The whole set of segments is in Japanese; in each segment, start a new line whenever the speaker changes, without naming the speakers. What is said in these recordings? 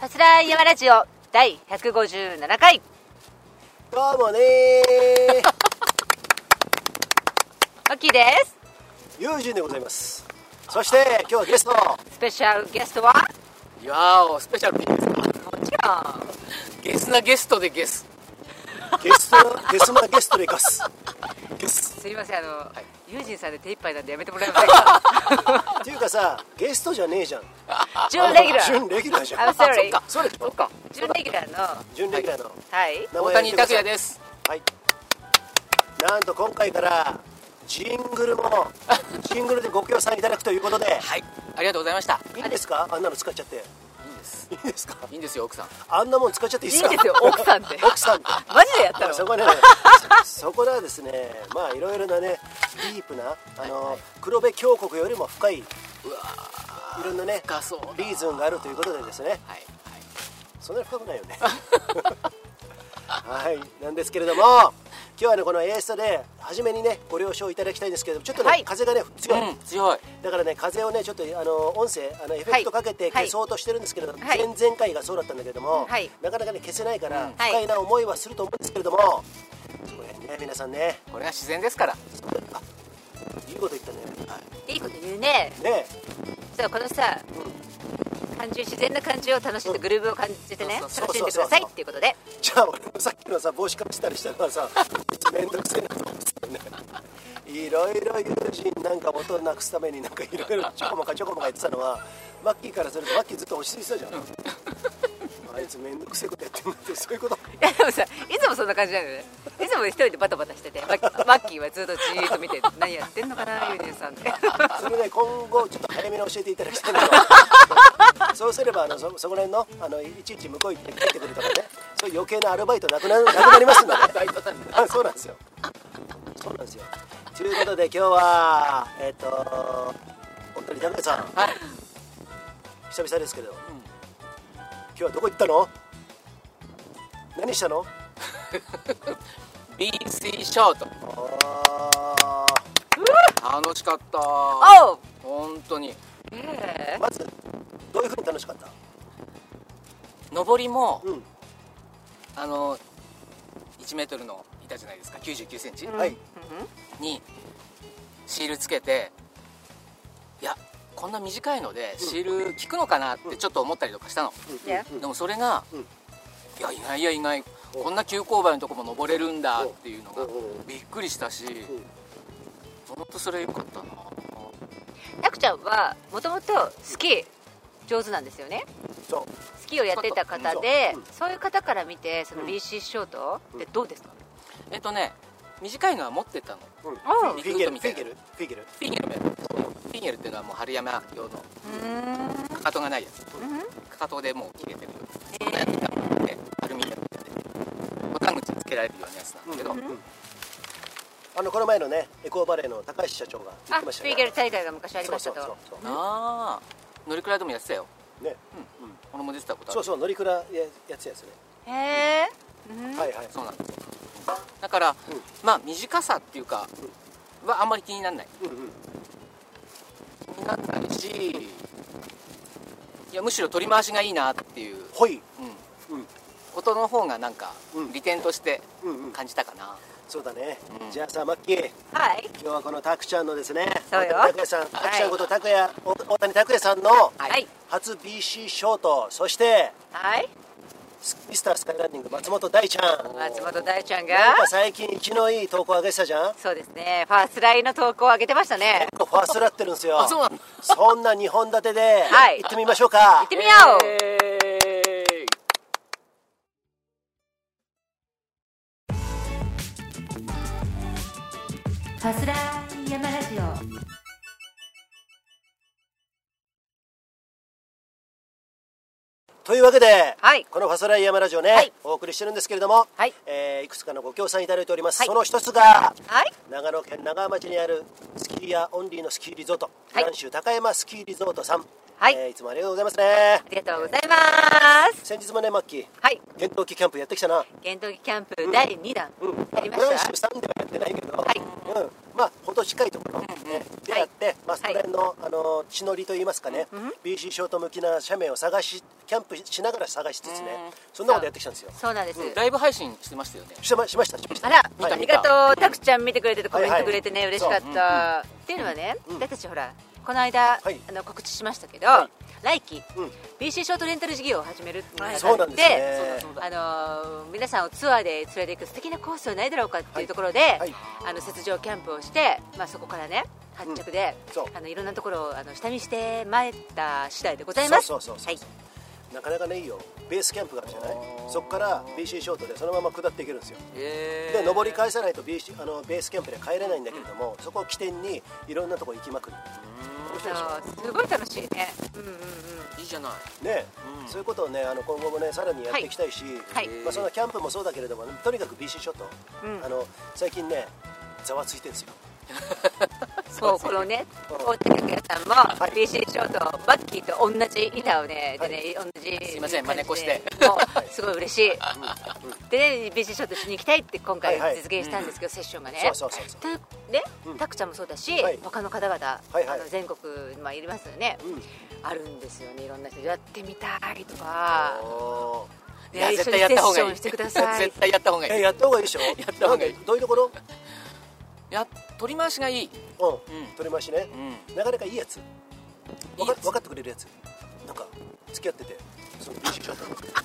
さすらい山ラジオ第157回
どうもねー
マッキーです
ユージンでございますそして今日はゲスト
スペシャルゲストはい
やースペシャルピーですか
もちろん
ゲスなゲストでゲス
ゲストゲスなゲストでガスゲス
すいませんあの、友人さんで手一杯なんでやめてもらえま せんか
っていうかさゲストじゃねえじゃん
準レギュラー
準レギュラーじゃ
I'm
ん
sorry
そうでしょ
準レギュラーの
準レギュラーの
はい
名前
大
を
谷
言ってくださ
拓
い
也です
はいなんと今回からジングルもジングルでご協賛いただくということで
はいありがとうございました
いいんですかあんなの使っちゃって
いいんです
いいんですか
いいんですよ奥さん
あんなもん使っちゃっていい
い
で
いん
す
で
か
すよ奥さんって
奥さんって
マジでやったの
そこねそそこではですねまあいろいろなねディープなあの黒部峡谷よりも深いう
わー
いろんなね
深そうな
リーズンがあるということでですね
はい
そんなに深くない よねはいなんですけれども今日はねこの A スタで初めにねご了承いただきたいんですけれどもちょっとね、
はい
風がね強い、
はいうん強い
だからね風をねちょっとあの音声あのエフェクトかけて
はい
消そうとしてるんですけれども、
はい
前々回がそうだったんだけれども、
はい
なかなかね消せないから、
はい
不快な思いはすると思うんですけれども、そこら辺ね皆さんね
これが自然ですから
あいいこと言ったね
いいこと言うね
ね
そうこのさ感じ自然な感じを楽しんでグルーブを感じてね
そう
そう
楽しんでくださいっていうことで
じゃあ俺もさっきのさ帽子かぶしたりしたのはさめんどくせえなと思ってたよねいろいろ友人なんか音をなくすためになんかいろいろちょこまかちょこまか言ってたのはマッキーからするとマッキーずっと押しすぎてたじゃん、あいつめんどくせえことやってんだってそういうこと
いやでも さいつもそんな感じなんだよねいつも一人でバタバタしててマッキーマッキーはずっとじーっと見て何やってんのかなユージンさんって
それね今後ちょっと早めに教えていただきたいなと そうすればあのそそこら辺のあのいちいち向こう行って帰ってくるとかねそういう余計なアルバイトなくなるなくなりますんでねあそうなんですよそうなんですよということで今日はえっ、と本当にダメさん
はい
久々ですけど、今日はどこ行ったの何したの
BC ショート
あ
楽しかった
おう
本当に
え
ーまずどういうふうに楽しかった
上りも
うん
あの1メートルの板じゃないですか9 9センチ
え
はい
にシールつけていやこんな短いのでシール効くのかなってちょっと思ったりとかしたの
うん
ね
うん
でもそれが、
うん
いや意外いや意外
お
こんな急勾配のとこも登れるんだっていうの
お
が
うおうおう
びっくりしたし
うん
本当それ良かったな
たくちゃんはもともとスキー上手なんですよね
そう
スキーをやってた方で
うん
そういう方から見てその
うん
BC ショートってどうですか、
えっとね短いのは持ってったの
うん
あ
フ
ー
ィギュアルフィギュアルフィギュアル
フィギュアルフィギュアルっていうのはもう春山用のかかとがないやつ
うん
かかとでもう切れてる
え
そんなやつがあってアルミニウムでボタン口つけられるようなやつなんだけど、
あのこの前のねエコーバレーの高橋社長が言っ
あ
て
フ
ました
ィギュアル大会が昔あり
そ
ま
う
した
そう
と
そうそ
ああ乗り比べでもやってたよ、
うね
うん俺も出てたことある
そうそう乗りくらややつやつね
へえ、うん
はいはい
そうなんですよだから、
うん
まあ短さっていうかはあんまり気にならない
うんうん
気にならないしいやむしろ取り回しがいいなっていう、うん、
ほいうん
ことの方がなんか、
うん
利点として
うんうん
感じたかな、
そうだね
うん
じゃあさマッキー
はい
今日はこのタクちゃんのですね
そうよ
大谷拓也さんタクちゃんこと拓也お大谷拓也さんの
はいはい、
初 BC ショートそしてスミスタースカイランニング松本大ちゃん
松本大ちゃん
な
が
んか最近気のいい投稿上げてたじゃん
そうですねファースラインの投稿を上げてましたね
ファーストラってるんですよ
あそうなんだ
そんな2本立てで
はい
行ってみましょうか
行ってみよう、
えー
さすらい山ラジオ
というわけで、
はい
この「ファソライヤマラジオね」
はい
お送りしてるんですけれども、
はい
えーいくつかのご協賛いただいております、
はい
その一つが
はい
長野県長浜町にあるスキーヤーオンリーのスキーリゾート
はい
南、州高山スキーリゾートさん、
はい
えーいつもありがとうございますね
ありがとうございます
先日もねマッキー
はい
厳冬期キャンプやってきたな
原動機キャンプ第2弾
うん
やりま
南
し
州
た
さんではやってないけど、
はい
うんまあほど近いところ
うんうん
でやって、まあ、そ
は
こ
い
ら辺の、あの地のりといいますかね、BC ショート向きな斜面を探しキャンプしながら探しつつね、
うん
そんなことやってきたんですよ
そうなんです、
うんライブ配信してましたよね
しましましたしました
あら、
は
あ
い
りがとう、たくちゃん見てくれててコメン
はい
ト
はい
くれてね、嬉しかった、っていうのはね、私たちほらこの間、
はい
あの告知しましたけど、
は
来期、
うん
BC ショートレンタル事業を始めるっていうのがあって
そうなんですね
そうだそうだ
あのー皆さんをツアーで連れていく素敵なコースはないだろうかっていうところで、
はい
あの雪上キャンプをして、まあ、そこからね発着で、
うんそう
あのいろんなところをあの下見して参った次第でございます
そうそうそうそう
はい、
なかなかねいいよベースキャンプがあるじゃない
あー
そこから BC ショートでそのまま下っていけるんですよ
え
で上り返さないと BC あのベースキャンプでは帰れないんだけれども、そこを起点にいろんなとこ行きまくる面白いでしょ
そうすごい楽しいねうんうんうん
いいじゃない
ね、
うん
そういうことをねあの今後もねさらにやっていきたいし、
はい
まあ、そのキャンプもそうだけれどもとにかく BC ショット、
うん
あの最近ねざわついてるんですよ
そうこのね
うん
大手拓也さんも BC ショートバッキーと同じ板をねでね同じ
すいません真似っこして
もうすごい嬉しい でね BC ショートしに行きたいって今回
はいはい
実現したんですけどセッションがね
そうそうそうそう
とね
うん
拓ちゃんもそうだし
はい
他の方々
はいは
あ
い
の全国まあいりますよね
うん
あるんですよねいろんな人やってみたいとか
お
ね
いや
一
絶
緒に
対
セッ
やった方が
シ
い
ョ
い
ンしてください
絶対やった方がい
ーえ
い
やった方がいいでしょ
やった方がいい
なんでどういうところ、
いや取り回しがいい
うん
うん
取り回しね
う、ん
なかなかいいやつわか
いいやつ
分かってくれるやつなんか付き合っててその BC ショッ ト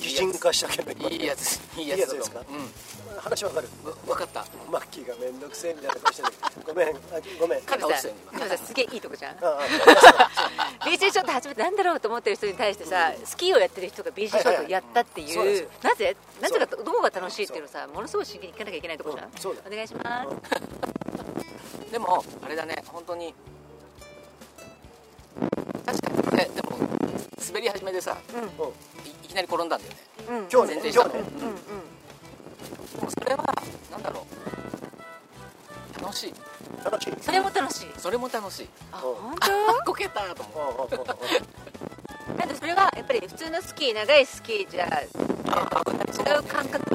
擬人化したけど今
いいやついいやつだと
いいやつですか
う
話わかる
んわかった
マッキーがめんどくせえみたいな顔してるごめんあごめん
神
倒
さ
す
ん
よ今
神さんすげえいいとこじゃん
ああ
BC ショット初めてなんだろうと思ってる人に対してさ、スキーをやってる人が BC ショ
はい
ット
はいはい
やったっていう,、
そうですよ
なぜなぜか
そ
どこが楽しいっていうのさものすごい真剣に聞かなきゃいけないとこじゃん、
うんそうだ
お願いします、
でもあれだね本当に確かにこれでも滑り始めでさ
うん
いいきなり転んだんだよね
うんうん、
今日ね
全然
今日ね
うんでもそれはなんだろう楽しい
楽しい
それも楽しい
それも楽しい
あ
うん
本
あこけたと
う
思
ん
う
うんうんうん
当だってそれはやっぱり普通のスキー長いスキーじゃ違う感覚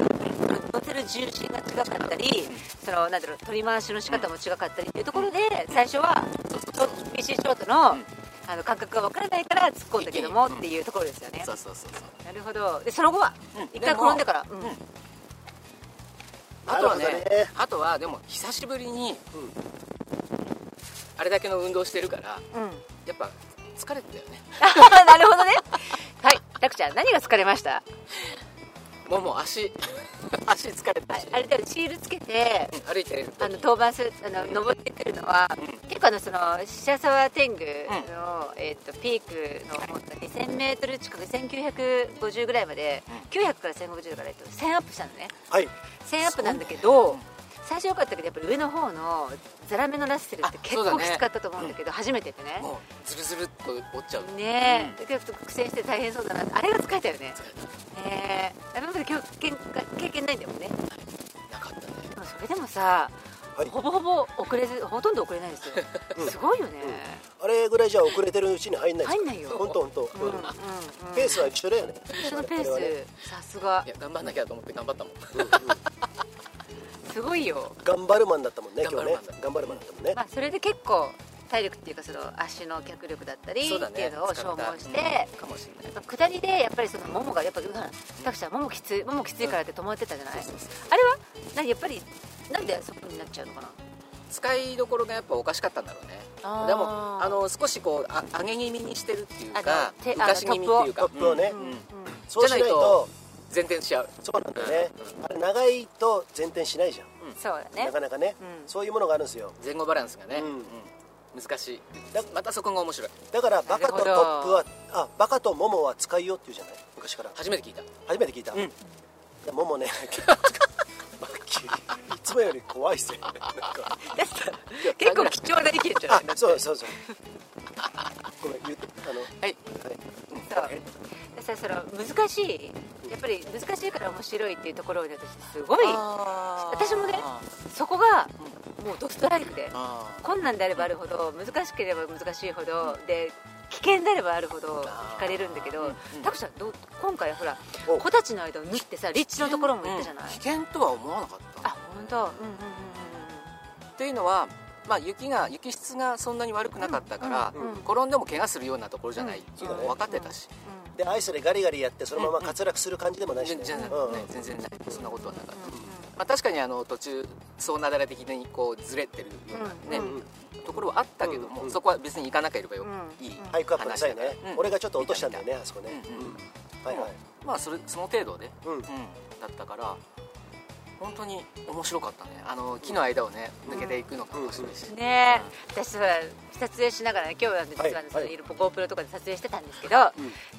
乗せる重心が違かったりそのなんだろう取り回しの仕方も違かったりっていうところで最初は
そうそうそう
BC ショートの,、
うん
あの感覚が分からないから突っ込んだけども
うん
っていうところですよね、
そうそうそうそう
なるほどでその後は
うん
一回転んでから
でも
うん
うんあとはね
なるほどね
あとはでも久しぶりにあれだけの運動してるから
うん
やっぱ疲れてたよね
なるほどねはい楽ちゃん何が疲れました
もうもう足 足疲れた
あ
し
あれだよシールつけて
うん歩いてる時
あの登板するあの登ってくるのは、結構あのその白沢天狗の、えっとピークの本当に 2000m 近く1950ぐらいまで、900から1050だから、えっと、1000アップしたのね
はい
1000アップなんだけど、最初良かったけどやっぱり上の方のザラメのラッセルって
あ
結
そうだ
構
ね
きつかったと思うんだけど初めてってね
もうズルズルっと折っちゃう
ね
うん
え、だから苦戦して大変そうだなあれが疲れたよねねえ今まで経験経験ないんだもんね
なかったね
でもそれでもさ、
はい
ほぼほぼ遅れずほとんど遅れないですよ、すごいよね、
あれぐらいじゃ遅れてるうちに入んないです
入んないよ
本当本当。
うんうんうん
ペースは一緒だよね。
そのペ
これはね
ースさすが
いや頑張んなきゃと思って頑張ったもん
すごいよ
頑張るマンだったもんね。今日ね。頑
頑張
張
る
るマ
マン
ンだ
だっ
ったもんね
ま。あ、それで結構体力っていうかその足の脚力だったり
そうだ
っ
ね
ていうのを消
使った
耗して、
うんかもしれない
下りでやっぱりそのももがやっぱうんタクちゃんももきついももきついからって止まってたじゃない、あれはなやっぱりなんでそこになっちゃうのかな
使いどころがやっぱおかしかったんだろうね
あー
でもあの少しこうあ上げ気味にしてるっていう
あ
か
の手あ
浮
の
かし気味っていうか
トップをね
うんうん
そうしないと
前転しちゃう
そうなんだよね。あれ長いと前転しないじゃん。
そうだね
なかなかね
う。ん
そういうものがあるんですよ。
前後バランスがね、
うん
うん難しい
だ
またそこが面白い
だからバカと
な
トップ
るほど
はあバカとモモは使いようっていうじゃない。昔から。
初めて聞いた
初めて聞いた。
ん
モモね。マッキーいつもより怖いっすよ。なんか
結構貴重な意見じゃない
あそうそうそう。ごめん言ってあの。
はい
はい
そう でさその難しいやっぱり難しいから面白いっていうところで私すごい私
私
もねそこがもうドストライクで
あー
困難であればあるほど難しければ難しいほどで危険であればあるほど惹かれるんだけ
うんう
ど
ん
タクちゃんどう今回ほら
お
子たちの間を縫ってさ立地のところも行ったじゃない
うん危険とは思わなかった
あ本当うんうんうんうん
でというのは、まあ、雪が雪質がそんなに悪くなかったから、
うんうん
転んでも怪我するようなところじゃないっていうの
うん
も分かってたし、
でアイスでガリガリやってそのまま滑落する感じでもないし、
全
ね、
然
うんうん
ね全然ないそんなことはなかった、
うんうん
まあ、確かにあの途中総なだれ的にこうずれてるようなね、
うん
ところはあったけども、
うん
そこは別に行かなければよ、
うん
いい
ハイクアップなさいね、
うん
俺がちょっと落としたんだよねあそこね、
うんうん
はいはい、
まあそれその程度で、
うん
うん、だったから本当に面白かったねあの木の間をね抜けていくのが面白いし、
ねえ私は撮影しながら、ね、今日は実は、ね
はい
その
はい
いろいろ GoPro とかで撮影してたんですけど、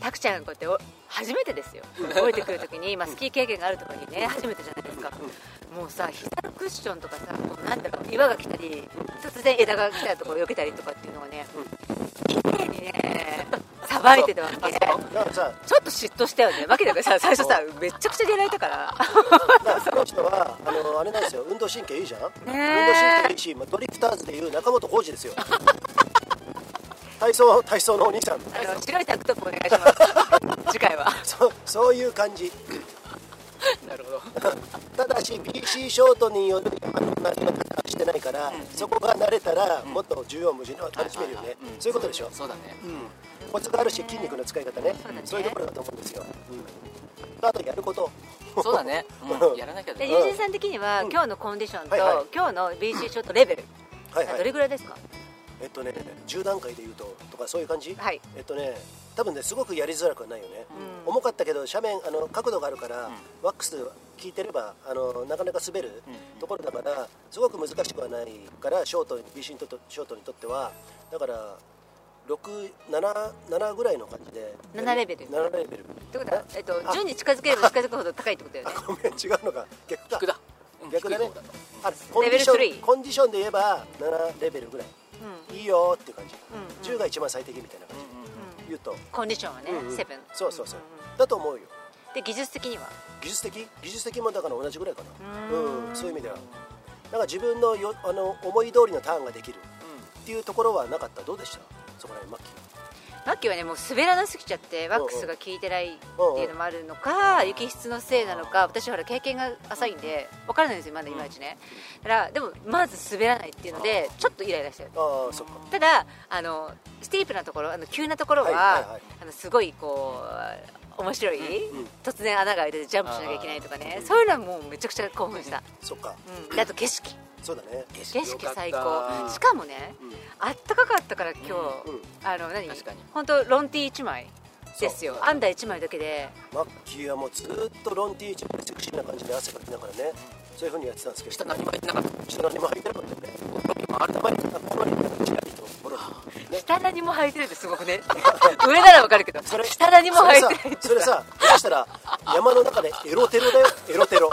たくちゃんこうやってお初めてですよ降りてくる時に、まあ、スキー経験があるところにね初めてじゃないですか、もうさ膝のクッションとかさこうなんだろう岩が来たり突然枝が来たところ避けたりとかっていうのがね綺麗にねさばいてたわけちょ
だからさ
っと嫉妬したよねわけだからさ最初さめちゃくちゃ出られたから
だからこの人はあのあれなんですよ運動神経いいじゃん、運動
え
神経いいし、まあ、ドリフターズでいう中本浩二です よ体操体操のお兄さん
あの白いタンクトップお願いします次回は
そそういう感じ
なるほど
ただし PC ショートによるあの何もしてないから、そこが慣れたら、もっと縦横無尽に楽しめるよね、
はいはいはいん
そういうことでしょ
そう だね、
コツがあるし筋肉の使い方ね
そうだね
そういうところだと思うんですよ、うん、あとやること
そうだね、うん、やらなきゃ
で
ね
友人さん的には、
うん
今日のコンディションと、
はいはい
今日の BC ショットレベル、
はいは
どれ
い
ぐらいですか
えっとね10段階で言うととかそういう感じ、
はい
えっとね多分ねすごくやりづらくはないよね、
うん
重かったけど斜面あの角度があるから、
ん
ワックス効いてればあのなかなか滑る
うん
ところだからすごく難しくはないからショート BC にとってショートにとってはだから677ぐらいの感じで
7レベル
7レベ
っ
ル
てことは、えっと、
あ
順に近づければ近づくほど高いってことだよ
あ
ね
ごめん違うのが逆か
逆だうん
逆だね
低い方と
あコンディション
レベル3
コンディションで言えば7レベルぐらい
うんうん
いいよっていう感じ、
うん
10が一番最適みたいな感じ、言うと、
コンディションはね、
うんうん
セブン
そうそうそう、
んん
だと思うよ
で技術的には
技術的技術的もだから同じぐらいかな
うーん
そういう意味ではだから自分のよあの思い通りのターンができるっていうところはなかったどうでしたそこら辺マッキー
マッキーはねもう滑らなすぎちゃってワックスが効いてないっていうのもあるのか、雪質のせいなのか私ほら経験が浅いんで分からないんですよまだいまいちね、だからでもまず滑らないっていうのでちょっとイライラしてる
ああそっか
ただあのスティープなところあの急なところは,、
はいはいはい
あのすごいこう面白い、
うん
突然穴が開いててジャンプしなきゃいけないとかねそういうのはもうめちゃくちゃ興奮した、
そっか
うんであと景色
そうだね
景色最
よかっ
高
た
しかもね
うん
あったかかったから今日、
うん
あの何
確かに
本当ロンティー1枚ですよ
そう
アンダー1枚だけで
マッキーはもうずーっとロンティーチでセクシーな感じで汗かきながらねそういうふうにやってたんですけど
下何も入ってなかった
下何も入ってなかったよね
あれ
たまにポロリチラリとポロリね
下何も履いてるってすごくね上ならわかるけど
それ
下何も履いてないって
それさそれさ下手したら山の中でエロテロだよエロテロ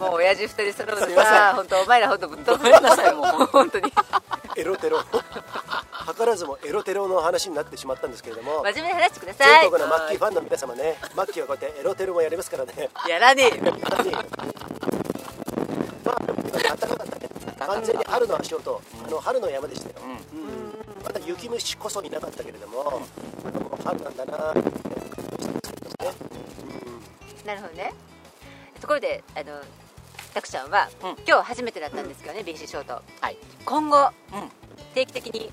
もう親父二人揃う
すい
の
ませ
さ
ん
本当お前ら本当ぶっ飛
ごめんなさいもう
本当に
エロテロ図らずもエロテロの話になってしまったんですけれども
真面目に話してくださ
全
い
国のマッキーファンの皆様ねマッキーはこうやってエロテロもやりますからね
やらねえよ
まあ暖かかったね完全に春の足音あの春の山でしたよ、うんまだ雪虫こそいなかったけれども、あのもう春なんだなってね
なるほどねところであのたくちゃんは、
うん
今日初めてだったんですけどね、BC ショート
はい、
今後
うん、
定期的に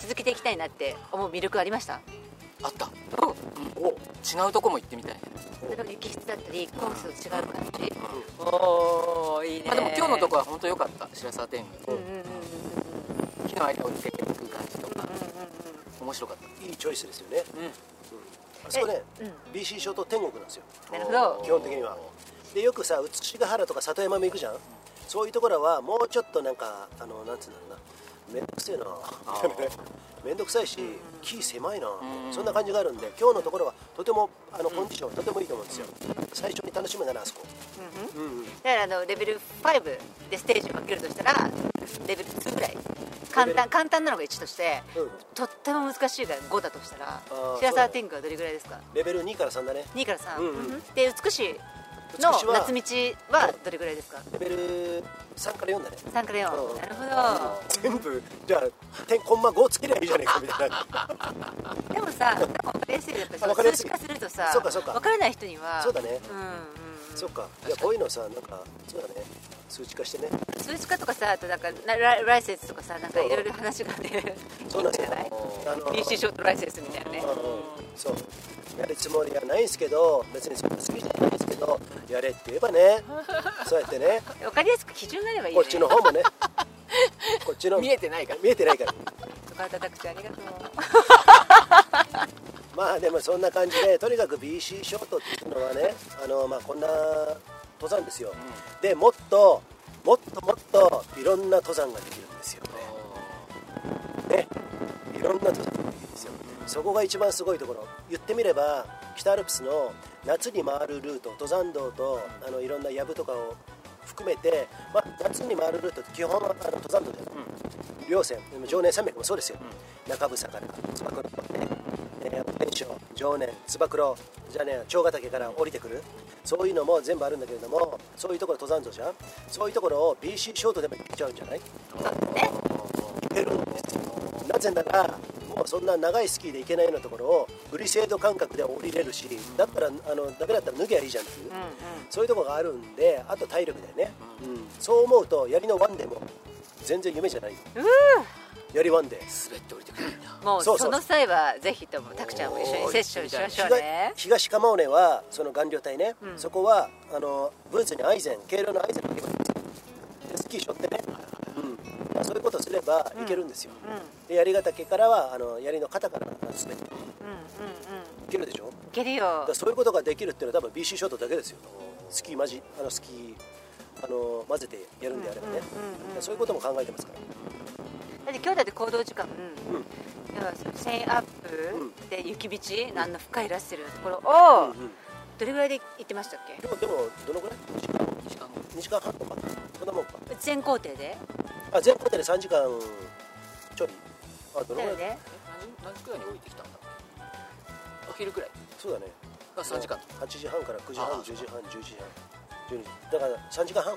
続けていきたいなって思う魅力ありました
あった、
お
違うとこも行ってみたいね、
それの雪質だったりコースと違う感じおおいいね
まあ、でも今日のとこは本当良かった白沢天
う
狗
んうんうんうんうん
木の間を抜けていく感じとか
う
面白かっ
いいチョイスですよね、
た、うん、
あそこね、
え
BC 諸島天国なんですよ
なるほど
基本的にはでよくさ美ヶ原とか里山も行くじゃんそういうところはもうちょっとなんかあのなんつうんだろうな面倒くせえな
ー
面倒くさいし木狭いなそんな感じがあるんで今日のところはとてもあのコンディションとてもいいと思うんですよ最初に楽しむならあそこ
んうん
うんうん
だからあのレベル5でステージを分けるとしたらレベル2ぐらい簡単簡単なのが1として、
うん
とっても難しいが5だとしたら
ー
白沢天狗はどれぐらいですか
レベル2から3だね
2から3、
うんうん
で美しいの
美しいは
夏道はどれぐらいですか
レベル3から4だね
3から4、
うん
なるほ
全部じゃあ点コンマ5つけりゃいいじゃねえかみたいな
どでもさなんか分かりやすいよやっぱりその
わかりや
数
すい
値化するとさ
そうかそうか
分からない人には
そうだね
うんうん
そっかいやこういうのさなんかそうだね数値化してね
数値化とかさあとなんかなライライセンスとかさなんかいろいろ話があって
そうなんですよ
いいんじ
あ
ゃ
の
ない PC ショートライセンスみたいなね
あのそうやるつもりはないんですけど別にそれ好きじゃないんですけどやれって言えば ねそうやってね
わかりやすく基準があればいい
こ
よ
っ
ね
ちの方も ねこっちの
見えてないから
見えてないから
とか叩くちゃんありがとう
まあでもそんな感じでとにかく BC ショートっていうのはねあの、まあ、こんな登山ですよ、でもっともっともっといろんな登山ができるんですよねいろんな登山ができるんですよそこが一番すごいところ言ってみれば北アルプスの夏に回るルート登山道とあのいろんな藪とかを含めて、まあ、夏に回るルートって基本はあの登山道で稜線でも常年山脈もそうですよ、中房からつば九郎えー天正常年つば九郎じゃあね長ヶ岳から降りてくるそういうのも全部あるんだけれどもそういうところ登山道じゃんそういうところを BC ショートでも行っちゃうんじゃない行けるんですよなぜならもうそんな長いスキーで行けないようなところをグリセード感覚で降りれるしだったらあのダメだったら脱ぎゃいいじゃんっていう、そういうところがあるんであと体力だよね、うんそう思うと槍のワンでも全然夢じゃないよ槍ワンで
滑って降りてくるんだ
もう
そう
そ
そう
の際はぜひとも拓ちゃんも一緒にセッションしましょうね
東蒲尾根はその顔料体ね、
うん
そこはあのブーツにアイゼン軽量のアイゼンをかけばいいんですよでスキーしょってね、うんまあ、そういうことすればいけるんですよ、
う
で槍ヶ岳からはあの槍の肩から滑って
ん
い
うんうんうん
けるでしょ
いける
だ
よ
からそういうことができるっていうのは多分 BC ショートだけですよスキーマジあのスキーあの混ぜてやるんであればね、
うんうんうんうん
だからそういうことも考えてますから
だって今日だって行動時間、
ん
だからその1000アップ
う
で雪道、あんな深いラッセルのところを、
うんうん
どれぐらいで行ってましたっけ
でもでもどのぐらい2時間
時間
2時間半とかそんなもんか
全工程で
あ全校で3時間ちょいあどの
だよ
ぐらい
ね
何時くらいに降りてきたんだっけお昼くらい
そうだね
が3時間
8時半から9時半
ああ
10時半11時半12時だから3時間半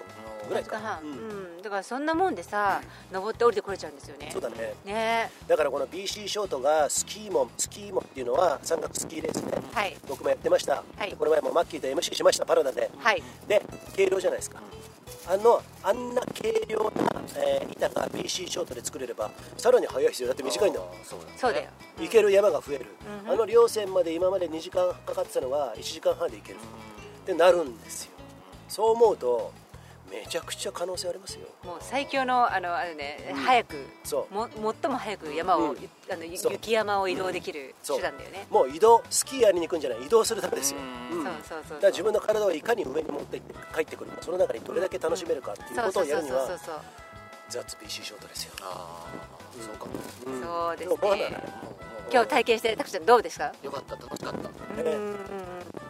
ぐらい
時間
か
半、
う
うん
ん
だからそんなもんでさ登って降りてこれちゃうんですよね
そうだね
ね
だからこの BC ショートがスキーモンスキーモンっていうのは三角スキーレースで
はい
僕もやってました、
はい
この前もマッキーと MC しましたパラダで
はい
で軽量じゃないですかあのあんな軽量な、えー板が BC ショートで作れればさらに速いですよだって短いんだもん
あーそうだね
そうだよ
行ける山が増える、
うん
あの稜線まで今まで2時間かかってたのは1時間半で行けるってなるんですよそう思うとめちゃくちゃ可能性ありますよ
もう最強のあのあのね、早く
そう
も最も早く山を、
うん
あのゆ
そう
雪山を移動できる
そう
手段だよね、
もう移動スキーやりに行くんじゃない移動するためですよ、
うん
うん
そう
だ
そうそう
から自分の体をいかに上に持ってって帰ってくるかその中にどれだけ楽しめるかっていうことをやるに
そう
は
そうそうそう
ザッツ BC ショートですよ、
ああそうかも
ん
そうですね
思わない
今日体験してたくちゃんどうでした
よかった楽しかった
う
ね
んうんうん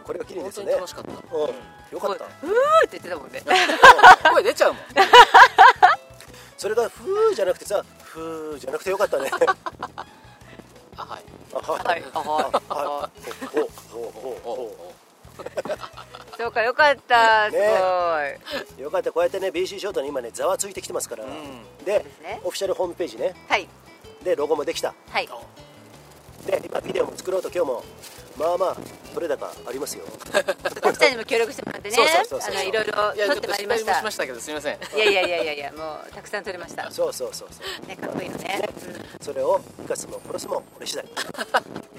これがきにで
本
す
当
ね
に楽しかった
うん、よかった
ううーって言ってたもんね
声出ちゃうもん
それが「ふー」じゃなくてさ「ふー」じゃなくてよかったね
あはい
あは
はい
あは
はい
ほうほうほう
お
ほう
お
いそうかよかったすごい、
よかったこうやってね BC ショートに今ねざわついてきてますから、
ん
で
ですね
オフィシャルホームページね
はい
でロゴもできた
はい
で今ビデオも作ろうと今日もまあまあ取れ高ありますよ
たくちゃんにも協力してもらってね
そうそうそうそう
あのいろいろ
いやち
撮
ょっ
って
と
まいり
失
ま
敗
し
も
た
しましたけどすみません
いやいやいやいやいやもうたくさん撮れました
そうそうそうそう
ねかっこいいのね
ねそれを生かすも殺すも俺次第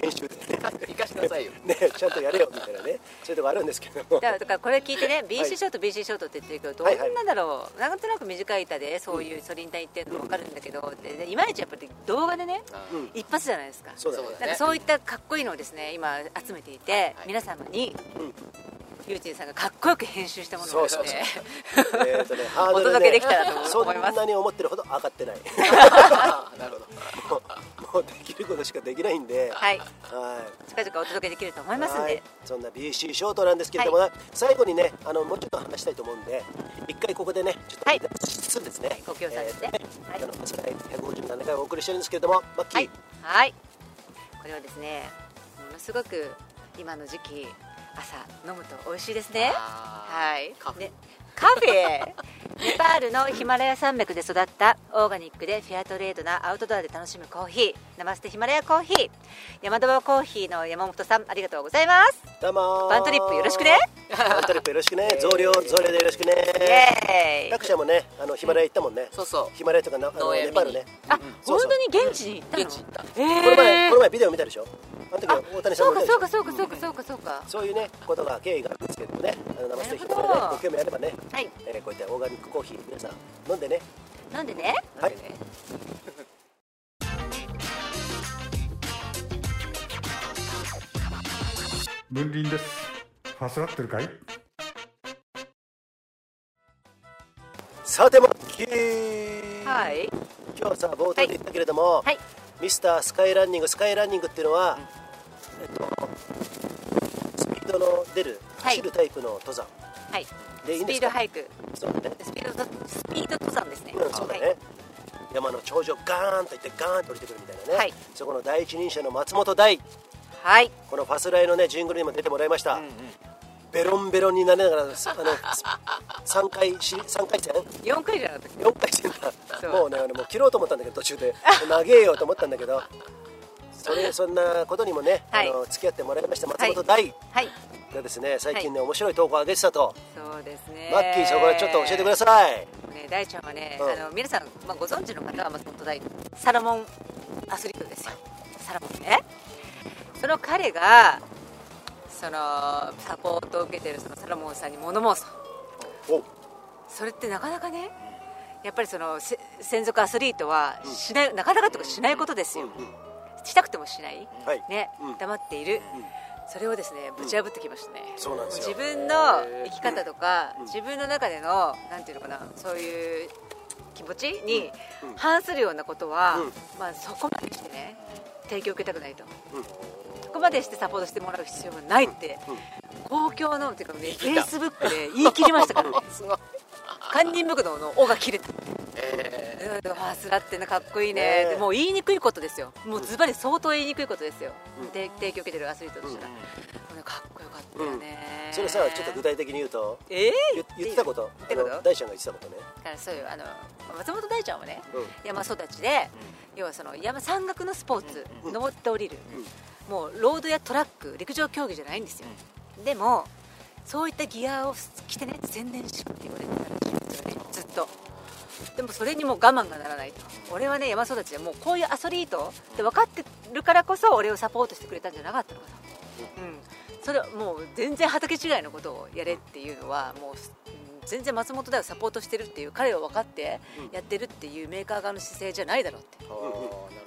編集でね
生かしなさいよ
ねちゃんとやれよみたいなねそういうとこあるんですけども
だからだからこれ聞いてね BC
はい
ショート、BC ショートって言ってるけどど
はいはい
んなだろう、なんとなく短い板でそういうソリンタインっていうのも分かるんだけど、ででいまいちやっぱり動画でね
うん
一発じゃないですか
そうだね
そうだ
なんかそういったかっこいいのをですね今集めていて、
はい
皆様に、
うん
ゆうちんさんがかっこよく編集したものをですね
そう そうえー とねハードル
お
ね
届けできたらと思います
そんなに思ってるほど上がってない
あーなるほ
も
ど
うもうできることしかできないんで
はい
はい
近々お届けできると思いますん
は
で
い、そんな BC ショートなんですけれども、最後にねあのもうちょっと話したいと思うんで一回ここでねちょっと
はい
そうですね、
ご協賛して
えーね
はい
あのそれ157回お送りしてるんですけれどもマッキー、
はい、はい、これはですねものすごく今の時期 朝飲むと美味しいですね
あー
はい
カフェ
ねカフェネパールのヒマラヤ山脈で育ったオーガニックでフェアトレードなアウトドアで楽しむコーヒーナマステヒマラヤコーヒー山田コーヒーの山本さんありがとうございます
どうもー
バントリップよろしくね
バントリップよろし くね増量増量でよろしくね
イエーイ
楽ちゃんもねあのヒマラヤ行ったもんね
そうそう
ヒマラヤとかなあの
農園
ネパールね
あ
そう
本
そう
当に現地に行ったの
現地行った
この前
え
この前ビデオ見たでしょあの時
あ
大谷さ
そ
んも
う
見た
か
でし
そ
ょ
うかそうかそうかそうかそうか
そういうねことが経緯があるんですけどもねあの生瀬ヒマラヤ
なるほ
ね
ど
ご興味あればね、
はい
えーこういったオーガニックコーヒー皆さん飲んでね
なんでね
はい
分輪ですファスラってるかい
さてマッキー、
はい
今日さ冒頭で言ったけれども、
はい
ミスタースカイランニングスカイランニングっていうのは、えっと、スピードの出る
はい
走るタイプの登山
はい
でいい
ス
んで
ピー
す
ド
か、
ハイク
そうだね、
スピードスピード登山ですね
うんそうだね、
はい
山の頂上ガーンと行ってガーンと降りてくるみたいなね、
はい
そこの第一人者の松本大
はい
このファスライのねジングルにも出てもらいました、ベロンベロンになりながらすあの 3回し三回戦
4回ぐらいだったっけ
4回戦
そ
だ
う
もうねあのもう切ろうと思ったんだけど途中で投げようと思ったんだけど それそんなことにもね、
はい
あの付き合ってもらいました松本大
はい
がですね最近ね、面白い投稿を上げてたと、
そうですね
マッキーそこらちょっと教えてください
ね、大ちゃんはね、
うん
あの皆さん、まあ、ご存知の方は松本大サラモンアスリートですよサラモンねその彼がそのサポートを受けてるそのサラモンさんに物申すと
お
それってなかなかねやっぱりそのせ専属アスリートはしない、なかなかとかしないことですよ、したくてもしない、
はい
ね
うん
黙っている、それをですねぶち破ってきましたね、
そうなんですよ
自分の生き方とか、自分の中でのなんていうのかなそういう気持ちに反するようなことは、
うん
まあ、そこまでしてね提供を受けたくないと、そこまでしてサポートしてもらう必要はないって、公共のっていうかねフ
言い
ェイ
切った
スブックで言い切りました からね
すごい
堪忍袋の「お」が切れた
え
うんファスラってねかっこいい
ね
ね
え
でもう言いにくいことですよもうズバリ相当言いにくいことですよ、で提供受けてるアスリートとしたら、もうねかっこよかったよね、
それさちょっと具体的に言うと
ええ
言言ってたこと
言ってたこ
あの
と
大ちゃんが言ってたことね
だからそういうあの松本大ちゃんはね、
うん
山育ちで、要はその山山岳のスポーツ、登って降りる、もうロードやトラック陸上競技じゃないんですよ、でもそういったギアを着てね専念しろって言われてたらしいんですよねずっとでもそれにもう我慢がならないと俺はね山育ちでもうこういうアスリートって分かってるからこそ俺をサポートしてくれたんじゃなかったのかなうん、それはもう全然畑違いのことをやれっていうのはもううん全然松本大をサポートしてるっていう彼を分かってやってるっていうメーカー側の姿勢じゃないだろうって
ー、あーなる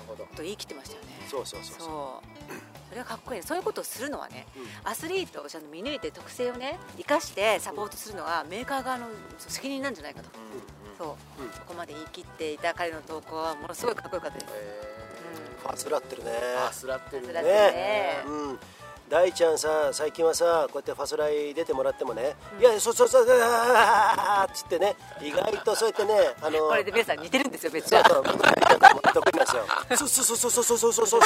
ほど
と言い切ってましたよね
そうそうそうそう
そうそれはかっこいいねそういうことをするのはね、アスリートをちゃんと見抜いて特性をね生かしてサポートするのはメーカー側の責任なんじゃないかと、そう、
うん
ここまで言い切っていた彼の投稿はものすごいかっこよかったです、
ファスラってるね
えー、あすらってる
う
ね
ん、だって
ね
ね、
うん、大ちゃんさ最近はさこうやってファスライ出てもらってもね、いやそうそうそうそうあーっつってね意外とそうやってねあの
これで皆さん似てるんですよめっち
そう
ゃ
そう僕大ちゃんと得意なんですよそうそうそうそうそうそうそうそうそう、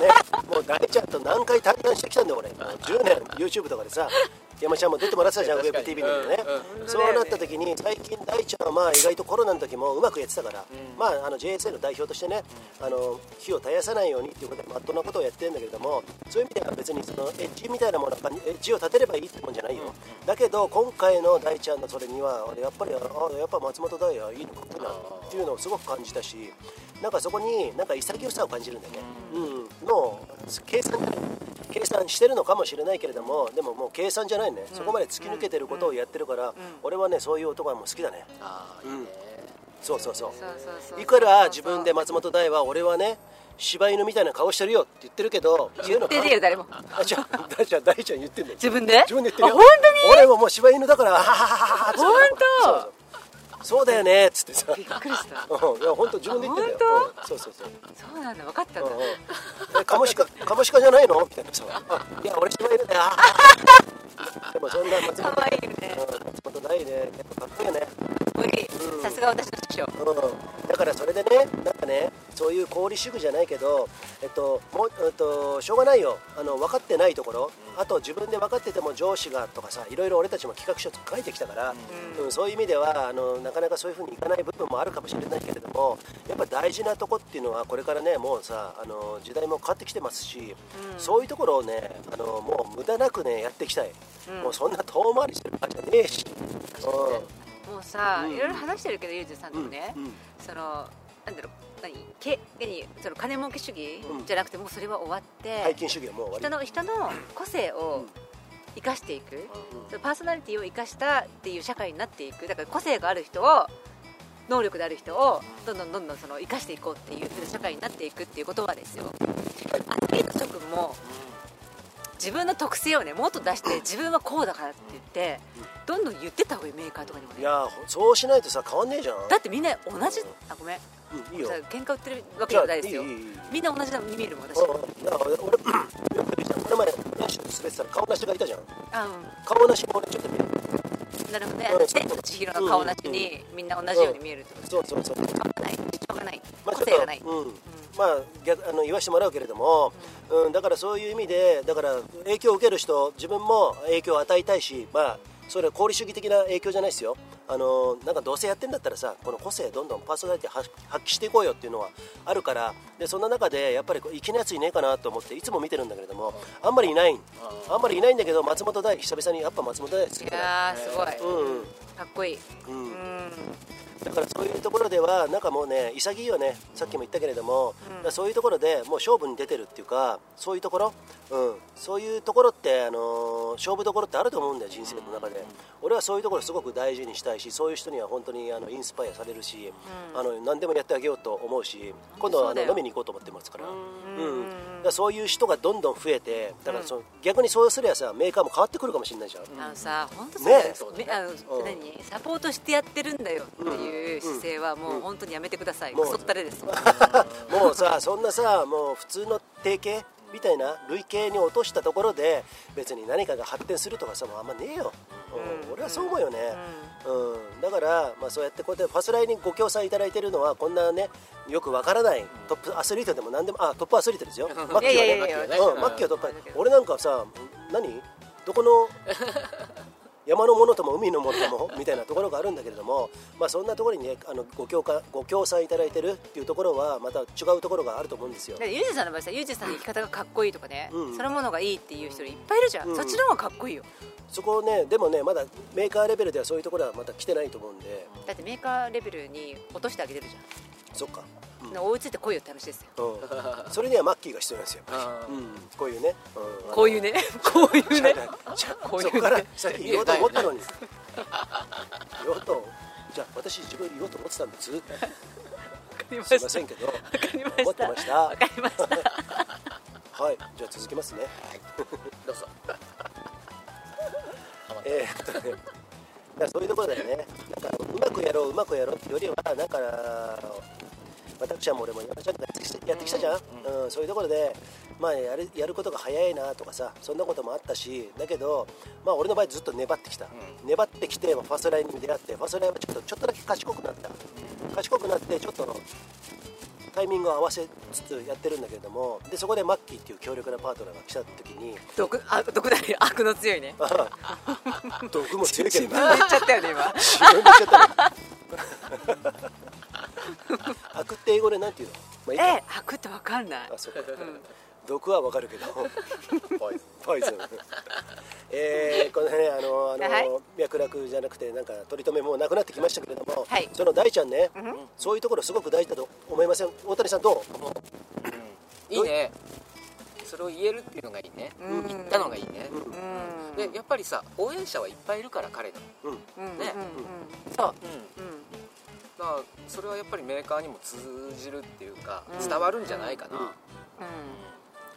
ね、もう大ちゃんと何回対談してきたんだよ俺もう10年 YouTube とかでさ山ちゃんも出てもらってたじゃんウェブ TV にもね、そうなった時に最近大ちゃんはまあ意外とコロナの時もうまくやってたから、まああの JSA の代表としてね、あの火を絶やさないようにっていうことでまっとうなことをやってるんだけれどもそういう意味では別にそのエッジみたいなものがエッジを立てればいいってもんじゃないよ、だけど今回の大ちゃんのそれには俺やっぱりああやっぱ松本大也いいのかっこいいなっていうのをすごく感じたしなんかそこになんか潔さを感じるんだよね、うん、の計算じゃない計算してるのかもしれないけれどもでももう計算じゃないね、そこまで突き抜けてることをやってるから、俺はねそういう男はもう好きだね
あーいいね、
そうそうそう
そうそうそうそう
いくら自分で松本大は俺はね柴犬みたいな顔してるよって言ってるけど言うの
言ってねえよ誰も
大ちゃん大ちゃん大ちゃん言ってんだよ
自分で
自分で言ってるよ
あ本当に
俺ももう柴犬だからあはははは
本当
そうそうそうだよねっつってさ
びっくりした
うんいや本当自分で言ってんだよ
あ本
うんそうそうそう
そうなんだ分かったんだ、
うんうん、カモシカ カモシカじゃないのみたいなさあいや俺柴犬だよあーでもそんな 松
か
本
わいいよね
うん松本大でやっぱかっこいいよね
かっこいい、さすが私の師匠
うん、だからそれでね、なんかね、そういう功利主義じゃないけど、えっと、もう、えっと、しょうがないよ、あの、分かってないところ。あと、自分で分かってても、上司がとかさ、いろいろ俺たちも企画書書いてきたから。うん、そういう意味では、あの、なかなかそういうふうにいかない部分もあるかもしれないけれども。やっぱ大事なとこっていうのは、これからね、もうさ、あの、時代も変わってきてますし。そういうところをね、あの、もう無駄なくね、やっていきたい。
うん
もうそんな遠回りしてる場合じゃねえし。う
もうさ、
うん
いろいろ話してるけどゆうじさんともね、
うんうん
そのなんだろう何け何その金儲け主義、
うん
じゃなくてもうそれは終わって
ん、背筋主義はもう終
人
わ
の人の個性を生かしていく、そのパーソナリティを生かしたっていう社会になっていくだから個性がある人を能力である人をどんどんどんどんその生かしていこうっていう風な社会になっていくっていう言葉ですよアスリート諸君も自分の特性をねもっと出して自分はこうだからって言ってどんどん言ってった方がいいメーカーとかにも
り。い
ね
やー、そうしないとさ、変わんねえじゃん。
だってみんな同じあごめん
うんいいよ
さ。喧嘩売ってるわけじゃないですよ
じゃあいいいいいい
みんな同じなのに見えるもん私
うんだから俺、俺、よく言うじゃんこの前、練習滑ってたら顔なしがいたじゃん。
あ
顔なしも俺ちょっと見える。
うんなるほどね
うん
千と千尋の顔なしにみんな同じように見えるってこと
そうそうそう。
しょうがないしょうがない
まあ、
個
ち
性
ょ
が
っ
ない
と、うん。まあ、逆あの言わしてもらうけれども、うん、だからそういう意味で、だから影響を受ける人、自分も影響を与えたいし、まあ、それは功利主義的な影響じゃないですよ。あのなんかどうせやってんだったらさこの個性どんどんパーソナリティ発発揮していこうよっていうのはあるからでそんな中でやっぱりこう粋なやついねえかなと思っていつも見てるんだけれどもあんまりいないあんまりいないんだけど松本大久々にやっぱ松本大好き
い
だな
やーすごい、
うん
かっこいい、
うん
うん、
だからそういうところではなんかもうね潔いよねさっきも言ったけれども、だからそういうところでもう勝負に出てるっていうかそういうところ、うん、そういうところって、あのー勝負どころってあると思うんだよ人生の中で、俺はそういうところすごく大事にしたいしそういう人には本当にあのインスパイアされるし、あの何でもやってあげようと思うし今度はあ
そうだ
の
よ
飲みに行こうと思ってますから。うんだからそういう人がどんどん増えてだからその、逆にそうすりゃさメーカーも変わってくるかもしれないじゃん、
あのさ本当そうだよ
ね
めあの
うん
何サポートしてやってるんだよっていう姿勢はもう本当にやめてください、
もう
クソったれです
もうさそんなさもう普通の定型みたいな類型に落としたところで別に何かが発展するとかさもうあんまねえよ、うん俺はそう思うよね、うんだから、まあ、そうやってこうやってファスライにご協賛いただいてるのはこんなねよくわからないトップアスリートでも何でもあトップアスリートですよマッキーはね
いやいやいやいや
うん、マッキーはトップアスリート俺なんかさ何どこの山のものとも海のものともみたいなところがあるんだけれども、まあ、そんなところに、ね、あのご協かご協賛いただいてるっていうところはまた違うところがあると思うんですよ。
ユージさんの場合さユージさんの生き方がかっこいいとかね、
うん
そのものがいいっていう人いっぱいいるじゃん、
うん
そっちの方がかっこいいよ
そこをねでもねまだメーカーレベルではそういうところはまた来てないと思うんで
だってメーカーレベルに落としてあげてるじ
そっか、
ゃん、追いついてこいよって話ですよ
うん、それにはマッキーが必要なんですよ、
う
うんん、こういうね、うん、
こういうねこういうね
じゃ あ
こういう
そ
ね
こからさっき言おうと思ったのに言おうとじゃあ私自分で言おうと思ってたんです すいませんけど思ってました
わかりました
はいじゃあ続きますね
どうぞ
えー っとねだからそういうところだよねなんかうまくやろううまくやろうってよりはなんか私はもう俺も山ちゃんがやってきたやってきたじゃん、うんそういうところで、まあ、やるやることが早いなとかさそんなこともあったしだけど、まあ、俺の場合ずっと粘ってきた、粘ってきてまあファストラインに出会ってファストラインはちょっとちょっとだけ賢くなった賢くなってちょっとタイミングを合わせつつやってるんだけれどもでそこでマッキーっていう強力なパートナーが来た時に
毒あ毒だね悪の強い ね
毒も強いけどな
言っちゃったよね今
自分で言っちゃったの悪って英語でなんて言うの、まあ、いいか
え吐くってわかんない
あそうか、毒はわかる けどポイズンポイズンえー、このねあのあの、
はい
脈絡じゃなくてなんか取り留めもなくなってきましたけれども、
はい
その大ちゃんね、そういうところすごく大事だと思いません大谷さんどう
いいねそれを言えるっていうのがいいね
うん
言ったのがいいね
うん
でやっぱりさ応援者はいっぱいいるから彼の
うん
うん
ね
うんそううん
だからそれはやっぱりメーカーにも通じるっていうか
うん
伝わるんじゃないかな、
うん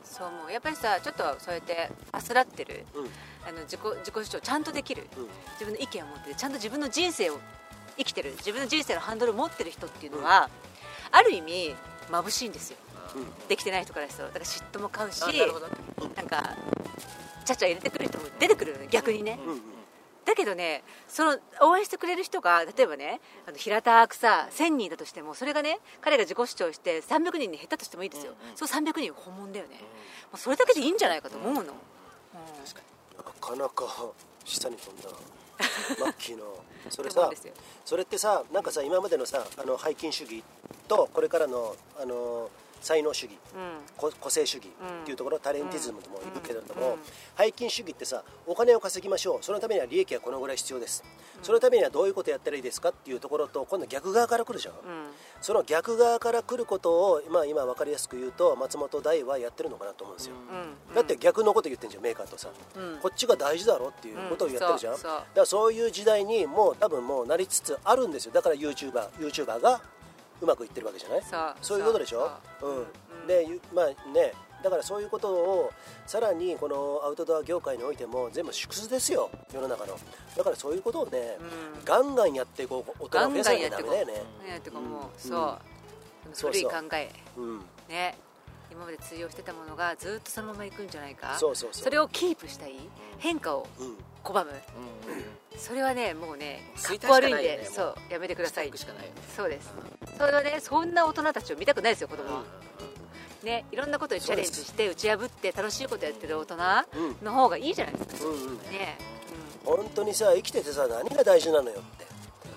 そう思うやっぱりさちょっとそうやってあすらってる
うん
あの自己自己主張ちゃんとできる、
うん
自分の意見を持ってるちゃんと自分の人生を生きてる自分の人生のハンドルを持ってる人っていうのは、ある意味眩しいんですよできてない人からするとだから嫉妬も買うし
あなるほどね
なんかちゃちゃ入れてくる人も出てくるのね逆にね、
うんうん
だけどねその応援してくれる人が例えばねあの平たくさ1000人だとしてもそれがね彼が自己主張して300人に減ったとしてもいいですよ、
うんうん
そう300人本物だよね、もうそれだけでいいんじゃないかと思うの、うん
確かに
なかなか下に飛 んだマッキーのそれ
そう
さ
ですよ
それってさなんかさ今までのさあの拝金主義とこれからのあの才能主義
うん
こ個性主義
うん
っていうところ、タレンティズムとも言うけれど
う
も
ん
拝金主義ってさお金を稼ぎましょうそのためには利益はこのぐらい必要です、そのためにはどういうことやったらいいですかっていうところと今度逆側から来るじゃん、
うん
その逆側から来ることを、まあ、今分かりやすく言うと松本大はやってるのかなと思うんですよ、
うん
だって逆のこと言ってんじゃんメーカーとさ、
うん
こっちが大事だろっていうことを言ってるじゃん、
うんそうそう
だからそういう時代にもう多分もうなりつつあるんですよだから YouTuber, YouTuber がうまくいってるわけじゃない
そう
いうことでしょ
そう
うん
うん
でゆまあねだからそういうことをさらにこのアウトドア業界においても全部縮図ですよ世の中のだからそういうことをね、
うん
ガンガンやっていこう大人を増やさなきゃダメだよね
ねとか
う
も
ん
うそうでも
そうそう
古い考え
うん
ね今まで通用してたものがずっとそのままいくんじゃないか
そうそうそう
れをキープしたい変化を
うん
拒む
うんうんうん
それはねもうねかっ
衰退しか
こ
な
悪
い
いん
よね
で
もう
そうやめてください
行くしかないよね
そうですそれはねそんな大人たちを見たくないですよ子供はねいろんなことにチャレンジして打ち破って楽しいことやってる大人の方がいいじゃないですか
うんうん
ね
本当にさ生きててさ何が大事なのよって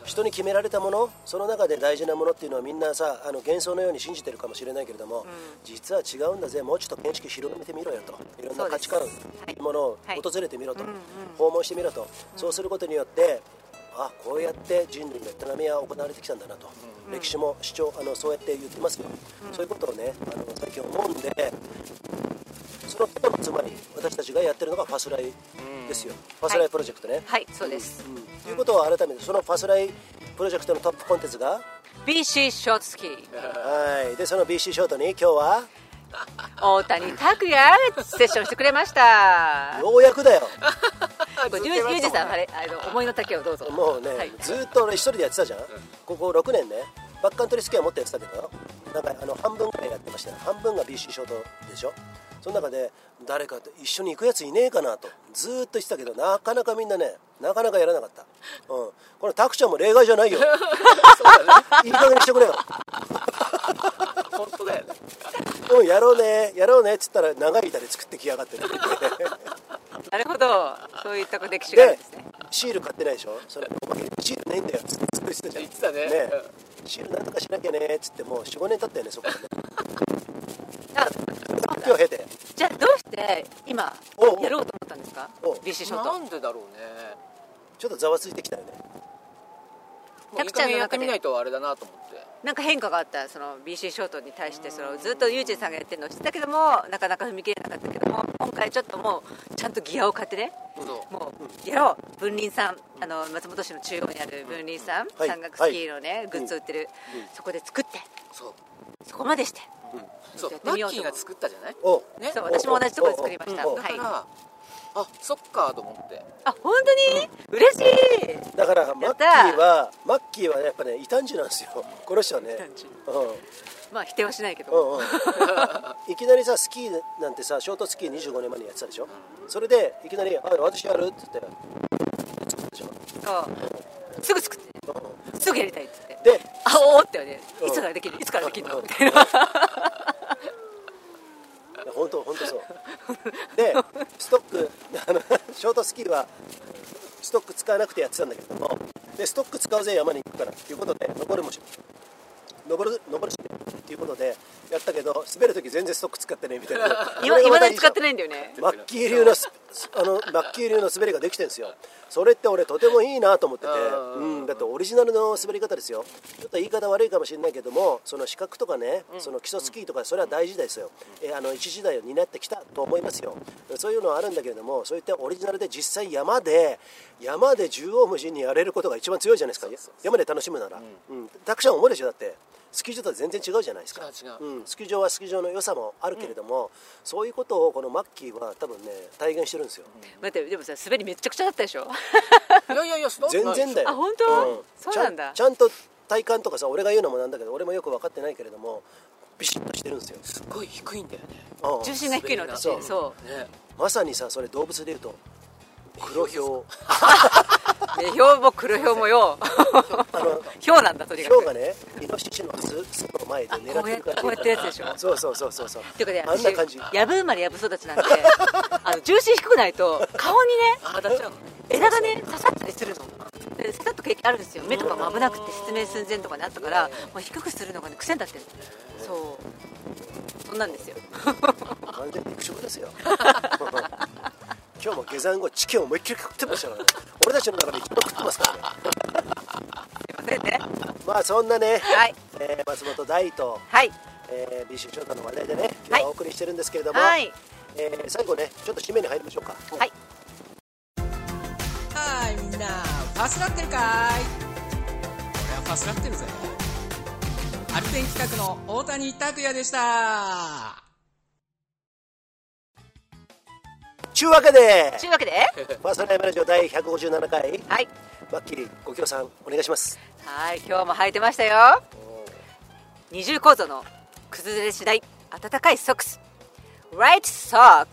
人に決められたものその中で大事なものっていうのはみんなさあの幻想のように信じてるかもしれないけれども、実は違うんだぜもうちょっと見識広めてみろよといろんな価値観
そうですはい
ものを
はい
訪れてみろと、
うんうん
訪問してみろと、そうすることによってあこうやって人類の営みは行われてきたんだなと、歴史も主張あのそうやって言ってますよ、そういうことをねあの最近思うんでそのことのつまり私たちがやってるのがファスライですよ、ファスライプロジェクトね、
はいそうです
うんということを改めてそのファスライプロジェクトのトップコンテンツが、
BC ショートスキー
はいでその BC ショートに今日は
大谷拓也がセッションしてくれました
ようやくだ よ
これゆうゆうじさんあれあの思いの丈をどうぞ
もうね、
はい
ずーっと俺一人でやってたじゃん、ここ6年ねバックカントリースキーはもっとやってたけどなんかあの半分ぐらいやってましたよ半分が BC ショートでしょその中で誰かと一緒に行くやついねえかなとずーっと言ってたけどなかなかみんなねなかなかやらなかった、うん、これタクちゃんも例外じゃ ないよ いい加減にしてくれよ
本当だよね
うんやろうねやろうねっつったら長い板で作ってきやがってる
なるほどそういった歴史があるん
で
ですね
シール買ってないでしょそれおまけにシールないんだよっつって作ってたじゃん
言ってたね
シールなんとかしなきゃねっつってもう45年経ったよねそこからね
あ
今日経て
じゃあどうして今
おう
やろうと思ったんですか
おう
BC ショー
な
ト
んでだろうね
ちょっとざわついてきたよね
もういい加減やってみないとあれだなと思って
なんか変化があったその BC ショートに対してそのずっとユージさんがやってるのを知ってたけどもなかなか踏み切れなかったけども今回ちょっともうちゃんとギアを買ってね
そう
もうやろう文林さんあの松本市の中央にある文林さん
はい
山岳スキーのねグッズを売ってるそこで作って
そう
そこまでして
そう
やって
マ
みよ
ッ
うと
キーが作ったじゃない
おう
ね
そう
お
私も同じとこで作りました
おうおうおう
は
だ
い
からあそっかと思って
あ本当に嬉しい
だからマッキーはマッキーはやっぱね異端児なんですよこの人はね
異端児
うん
まあ否定はしないけど
うんうんいきなりさスキーなんてさショートスキー25年前にやってたでしょそれでいきなり「あ私やる」って言って作ったでしょ
そうすぐ作ってすぐやりたいって言って
で
あおおってよね
うん
いつからできるいつからできる
う
の
ん
みたいな
いや本当本当そうでストックあのショートスキーはストック使わなくてやってたんだけどもでストック使うぜ山に行くからっていうことで登るもし登る登るしっていうことでやったけど滑るとき全然ストック使ってねみたいな
今いまだに使って
い
ないんだよね
マッキー流のスあのマッキー流の滑りができてるんですよそれって俺とてもいいなと思ってて、
うん
うん、だってオリジナルの滑り方ですよちょっと言い方悪いかもしれないけどもその資格とかね、その基礎スキーとかそれは大事ですよ、えあの一時代を担ってきたと思いますよそういうのはあるんだけれどもそういったオリジナルで実際山で山で縦横無尽にやれることが一番強いじゃないですか山で楽しむなら、うんたくさん思うでしょだってスキー場とは全然違うじゃないですか
違う違う
うん、スキー場はスキー場の良さもあるけれども、そういうことをこのマッキーは多分ね体現してるんですよ、
待ってでもさ滑りめっちゃくちゃだったでしょ
いやいやいやそんなこと
全
ない
然だよ
あ本当そうなんだ
ちゃんちゃんと体感とかさ俺が言うのもなんだけど俺もよく分かってないけれどもビシッとしてるんですよ、
すごい低いんだよね
うん
重心が低いの私
そう
そう
ね
まさにさそれ動物でいうと黒ひょう
えひょうも黒ひょうもよ
あの
ひょうなんだとに
ヒ
かく
ョウがねイノシシの巣巣の前で狙ってるか
あ
ら
こうやってこうやったやつでしょ
そうそうそうそうそう
っていうか
あ
ね
んな感じ
私やぶ生まれやぶ育ち なんであの重心低くないと顔にね当たっちゃうの枝がね刺さったりするので刺さった経験あるんですよ目とかも危なくて失明寸前とかにあったからもう低くするのがね癖になってるのそうそんなんですよ
完全に肉食ですよ今日も下山後チキンを思いっきり食ってましたからね俺たちの中で一番食ってますからね
すいません ね
まあそんなね、
はい
えー松本大と、
はい
えー、ビッシュ翔太の話題でね
は
今日
い
はお送りしてるんですけれども、
はい
えー最後ねちょっと締めに入りましょうか
はい
はいみんなパスラってるかい俺はパスラってるぜアルペン企画の大谷拓也でした
ちゅうわけで
というわけで
ファーストライブラジオ第157回
はい
マッキリご協賛お願いします
はい今日も履いてましたよ二重構造の崩れしない暖かいソックス Right Sock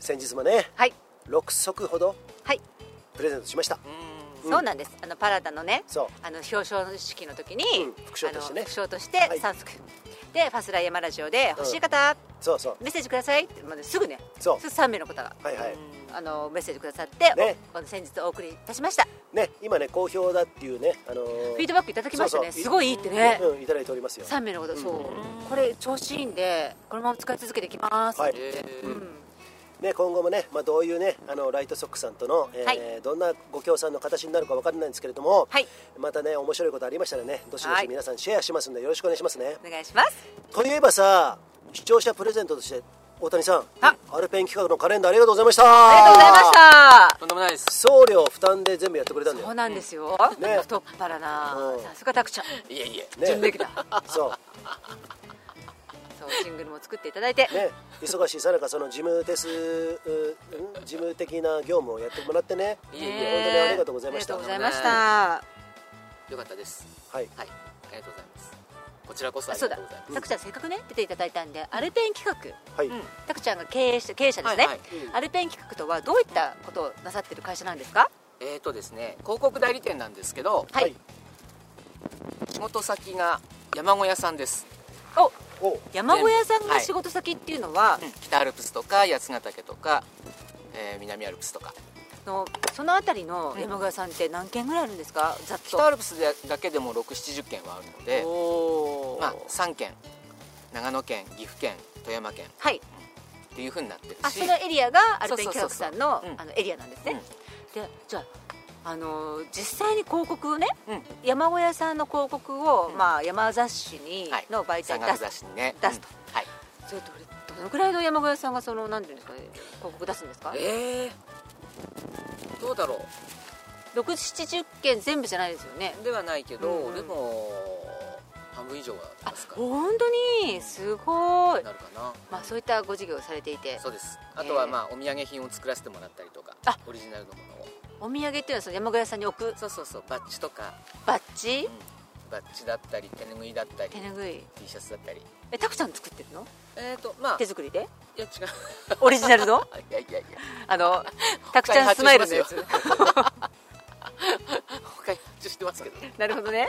先日もね
はい
6足ほど
はい
プレゼントしましたうん
そうなんです。あのパラダのね、
そう
あの表彰式の時に、
うん副賞としてね
あの副賞として
はい
三足、でファスライヤマラジオで欲しい方、
そうそう
メッセージくださいって、まあね、すぐね、
そう
すぐ三名の方が
はいはい
あのメッセージくださって、
ね
お先日お送りいたしました。
ね今ね好評だっていうねあのー
フィードバックいただきましたね。
そうそう
すごいいいってね。
うんいただいておりますよ
三名の方、そう、これ調子いいんでこのまま使い続けていきます。
はい
うん
ね、今後もね、まあ、どういうねあのライトソックさんとの、えー
はい
どんなご協賛の形になるかわからないんですけれども、
はい
またね面白いことありましたらねどしど
は
し
い
皆さんシェアしますんでよろしくお願いしますね。
お願いします。
といえばさ視聴者プレゼントとして大谷さん
あ
アルペン企画のカレンダーありがとうございました
ありがとうございました。
とんでもないです
送料負担で全部やってくれたんだ
そう
よ、
なんですよ。
ね
太っ腹な
うん、
さすがタクちゃん。
いえいえ
ね、
準備だ。
そう
そうシングルも作っていただいて、
ね、忙しいさなかその事務テスううん事務的な業務をやってもらってね
いえいえ
本当にありがとうございました、
ありがとうございました
よかったです
はい、
はいありがとうございますこちらこそ
あ
あり
そ
が
う
と
だ
うございます
さくちゃんせっかくね出ていただいたんでアルペン企画
はい
たくちゃんが経営して経営者ですね、
はいはい
うん
アルペン企画とはどういったことをなさってる会社なんですか
えっ、とですね広告代理店なんですけど
はい、
はい
仕事先が山小屋さんです
お
おう
山小屋さんが仕事先っていうのは、
北アルプスとか八ヶ岳とか、えー南アルプスとか
あのそのあたりの山小屋さんって何軒ぐらいあるんですかざっ
北ア
と
ルプスだけでも670件はあるので、
おー
まあ、3県長野県岐阜県富山県
はい
っていうふうになってる
あ
し
そのエリアがアルペン企画さんの
そうそうそうそううん
あのエリアなんですね、でじゃあ、あのー実際に広告をね、
うん
山小屋さんの広告を、
うん
まあ、山雑誌に、
はい
の媒体
山
に出
岳
す
雑誌にね
出すと
うんはい
それどれどのくらいの山小屋さんがそのなんていうんですかね広告出すんですか
えー、どうだろ
670件全部じゃないですよね
うではないけど、
うんうん
でも半分以上は出すか
本当にすごい
な、るかな
まあ、そういったご事業をされていて
そうです
えー
あとはまあ、お土産品を作らせてもらったりとか
あ
オリジナルのものを
お土産っていうのはその山小屋さんに置く
そうそうそうバッジとか、
バッ
う
ジ
んバッジだったり手ぬぐいだったり
手ぬぐい
T シャツだったり
えたくちゃん作ってるの
えっ、とまあ
手作り で
いや違う
オリジナルの
いやいやいや
あのたくちゃんスマイルのやつ
他に発注してますけどね
なるほどね。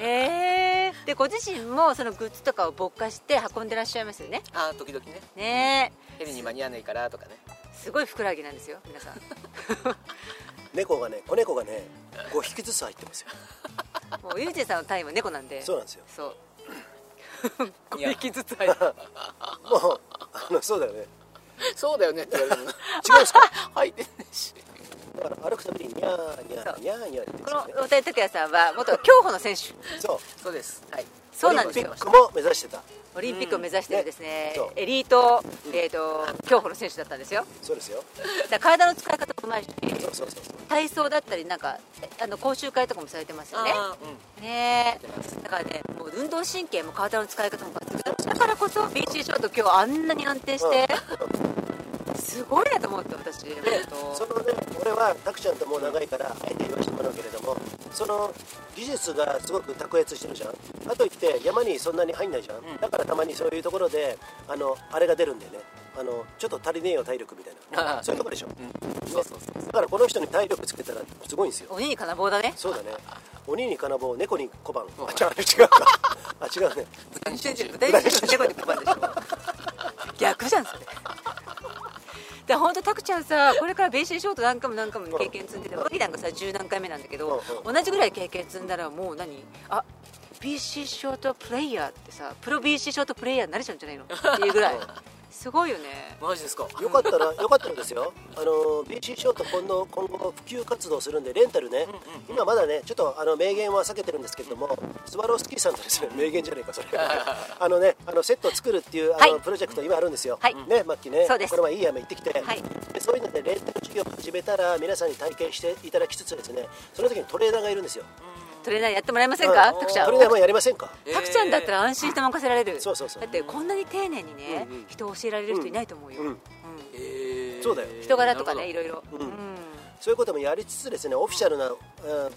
えー、でご自身もそのグッズとかを勃化して運んでらっしゃいますよね。
ああ時々ね
ね
ヘリに間に合わないからとかね
え、すごいふくらはぎなんですよ皆さん。
猫がね子猫がね5匹ずつ入ってますよ
もうゆうじさんの単位は猫なんで。
そうなんですよ
そう。
5匹ずつ入る
もうあのそうだよね
そうだよねって言われ ても違
違うんですか
入ってないし
だから歩くたびにニャーニャーニャーニャーって言って
こ
ますよね
の大谷拓也さんは元競歩の選手。
そう
そうですはい
そうなんです
ピ
よ
ッ。クも目指してた
オリンピックを目指してるですね
ねそう。
エリートえっと競歩の選手だったんですよ。
そうですよ
だから体の使い方もうまいし、
そうそうそう
体操だったりなんかあの講習会とかもされてますよね。
あーうん
ねえだからねもう運動神経も体の使い方も抜群だからこそ BC ショート今日あんなに安定して、すごいなと思って私本
そのね俺はタクちゃんともう長いからあえて言わせてもらうけれどもその技術がすごく卓越してるじゃんあといって山にそんなに入んないじゃん、だからたまにそういうところであのあれが出るんだよねああのちょっと足りねえよ体力みたいなそういうとこでしょ
うんそうそうそう
だからこの人に体力つけたらすごいんですよ
鬼に金棒だね
そうだね鬼に金棒猫に小判
うん
あ違う違うかあ違うね
豚にして
全
ほしい
然豚肉と猫に配るでしょ逆じゃんそれで本当タクちゃんさこれからベーシーショート何回も何回も経験積んでて
うん
麦なんかさ十何回目なんだけど
うん
同じぐらい経験積んだらもう何あ BC ショートプレイヤーってさプロ BC ショートプレイヤーになれちゃうんじゃないのっていうぐらいすごいよね
マジですか
よかったらよかったらですよあの BC ショート今度今後普及活動するんでレンタルね、今まだねちょっとあの名言は避けてるんですけれどもスワロースキーさんとですね名言じゃねえかそれあのねあのセットを作るっていうあの、
はい
プロジェクト今あるんですよ、
はい
ねマッキーね
そうです
この前いい雨行ってきて、
はい
でそういうのでレンタル事業を始めたら皆さんに体験していただきつつですねその時にトレーナーがいるんですよ
トレーナーやってもらえませんか
う
タクちゃん
トレーナーもやりませんか
えー
タクちゃんだったら安心して任せられる
そうそうそう
だってこんなに丁寧にね
うんうん
人を教えられる人いないと思うよ
うん
うん
えー
そうだよ
人柄とかねい
なる
ろいろ
うん
うん
そういうこともやりつつですねオフィシャルな、うん、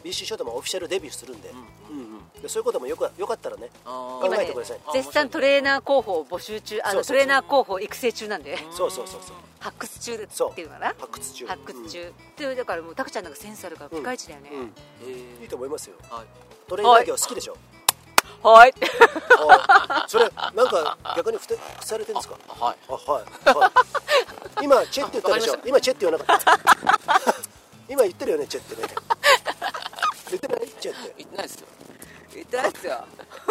BC ショートもオフィシャルデビューするんで,、うんうんでそういうこともよくよかったらね
ほ
考
ど
今
え
ね
てください
絶賛トレーナー候補を募集中あ
そうそう
のトレーナー候補育成中なんで
そうそうそうそう
発掘中で
そう
っていうのかな
発掘中
発掘中っていうだからもうタクちゃんなんかセンスあるからピカイチだよね
うんうん
えー
いいと思いますよ
はい
トレーナー業好きでしょ
はい
あそれなんか逆にふてされてるんですか
あはい
あはい、はい、今チェって言ったでしょ
わか
今チェって言わなかった今言ってるよねチェってね言ってないチェって
言ってないですよ
言ってないっすよ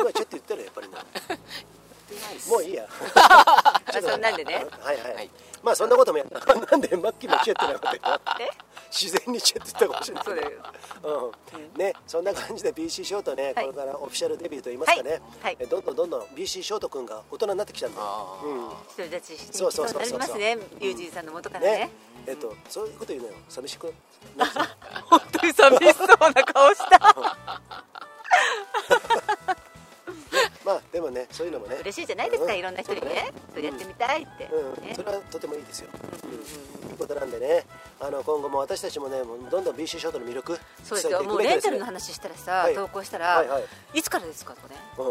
今チェって言ってるやっぱりね
言ってないです
もういいや
あそんなんでね
はいはい、
はい
まあそんなこともやったなんで マッキーもチェってなかったよ
え
自然にチェって言ったかもしれない
そうだよ
うんね、そんな感じで BC ショートね、
はい
これからオフィシャルデビューといいますかね、
はいはい
えどんどんどんどん BC ショート君が大人になってきたんで、
あー
うん
独り立ちしていき
そうそ
そうう
そ
に
う
な
そう
りますねユージンさんの元からね
えっと、そういうこと言うのよ寂 しく
本当に寂しそうな顔 した
まあでもねそういうのもね
嬉しいじゃないですか
うん
いろんな人に
そうだ
ねそうやってみたいって
うん
ね
それはとてもいいですよ、うんいいことなんでねあの今後も私たちもねもうどんどん BC ショートの魅力
そうです
伝え
よ
てい
も
く
う
べき
レン
です
タル
ね
の話したらさ
はい
投稿した
は
ら
いはい
いつからですかとかね
うん
あ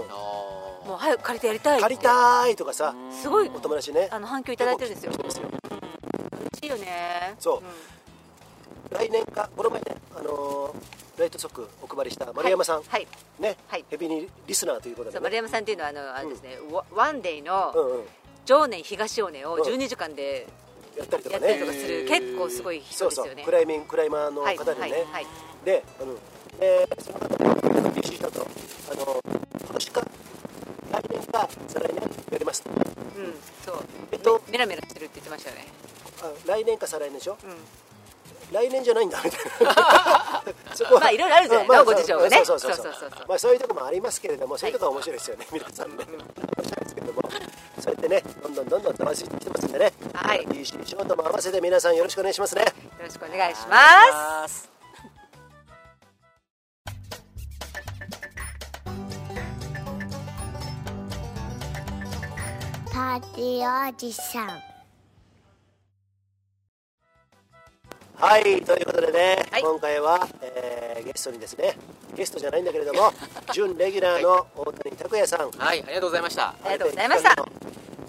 ー
もう早く借りてやりたい
借りたーいとかさ
すごい
お友達ね
あの反響いただいてるんですよ
そうですよ
嬉しいよね
そうん来年かこの前ねあのーライトソックお配りした丸山さん、
はいはい
ね、
はい
ヘビーリスナーということ
そ
で、
う丸
ね、
山さんっていうのはあのあれですね、ワワンデイの
うんうん
常年東尾根を
うん
12時間で
やったりと
や
か
ったりと
ね
かする、
へー
結構すごい人
そう
です
そう
よね。
クライミングクライマーの
はい
方でね、
はいはい
で、あの、えー、その方の BC だと、あの、今年か、来年か、再来年やりますと。
うん、そう。
えっと
メラメラしてるって言ってましたよね。
あ来年か再来年でしょ、
う
来年じゃないんだみ たいな。そこは
まあいろいろあるじゃない
うんま
ご事情がね
そうそうそうそう
そうそうそうそう
まあそういうとこもありますけれども、そういうとこは面白いですよね、皆さんね。面白いですけども、そうやってね、どんどんどんどん楽しんできてますんでね。
はい
まあ BC ショートも合わせて皆さんよろしくお願いしますね。
ん、よろしくお願いします。
ます
パーティーおじさん。
はい、ということでね、
はい
今回は、えーゲストにですね、ゲストじゃないんだけれ ども、準レギュラーの大谷拓也さん、
はいありがとうございました
ありがとうございました。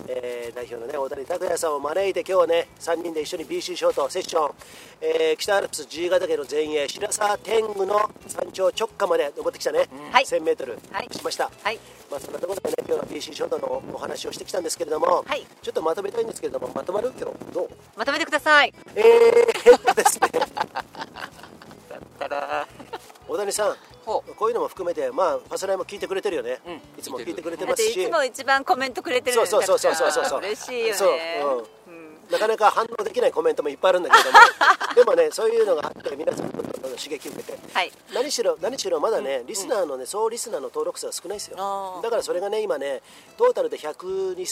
えー代表のね大谷拓也さんを招いて今日はね3人で一緒に BC ショートセッション、えー北アルプス自由形家の前衛白沢天狗の山頂直下まで登ってきたね、
はい
1000メートル
はい
しました、
はい
まあそんなところでね今日の BC ショートのお話をしてきたんですけれども、
はい
ちょっとまとめたいんですけれどもまとまる今日どう
まとめてください。
えー、えっとで すね大谷さん
ほう
こういうのも含めてまあパスライも聞いてくれてるよね、
うん
いつも聞
聞
いて
いて
くれ
くれ
て
だ
ま
っ
す
てい
し
つも一番コメントくれてる
そうそうそうそうそうそうそう
嬉しいよね。
そう、うん、なかなか反応できないコメントもいっぱいあるんだけれども でもねそういうのがあって皆さんどんどんどんどん刺激受けて
はい。
何しろ何しろまだね、リスナーのね総リスナーの登録数は少ないですよ
あー
だからそれがね今ねトータルで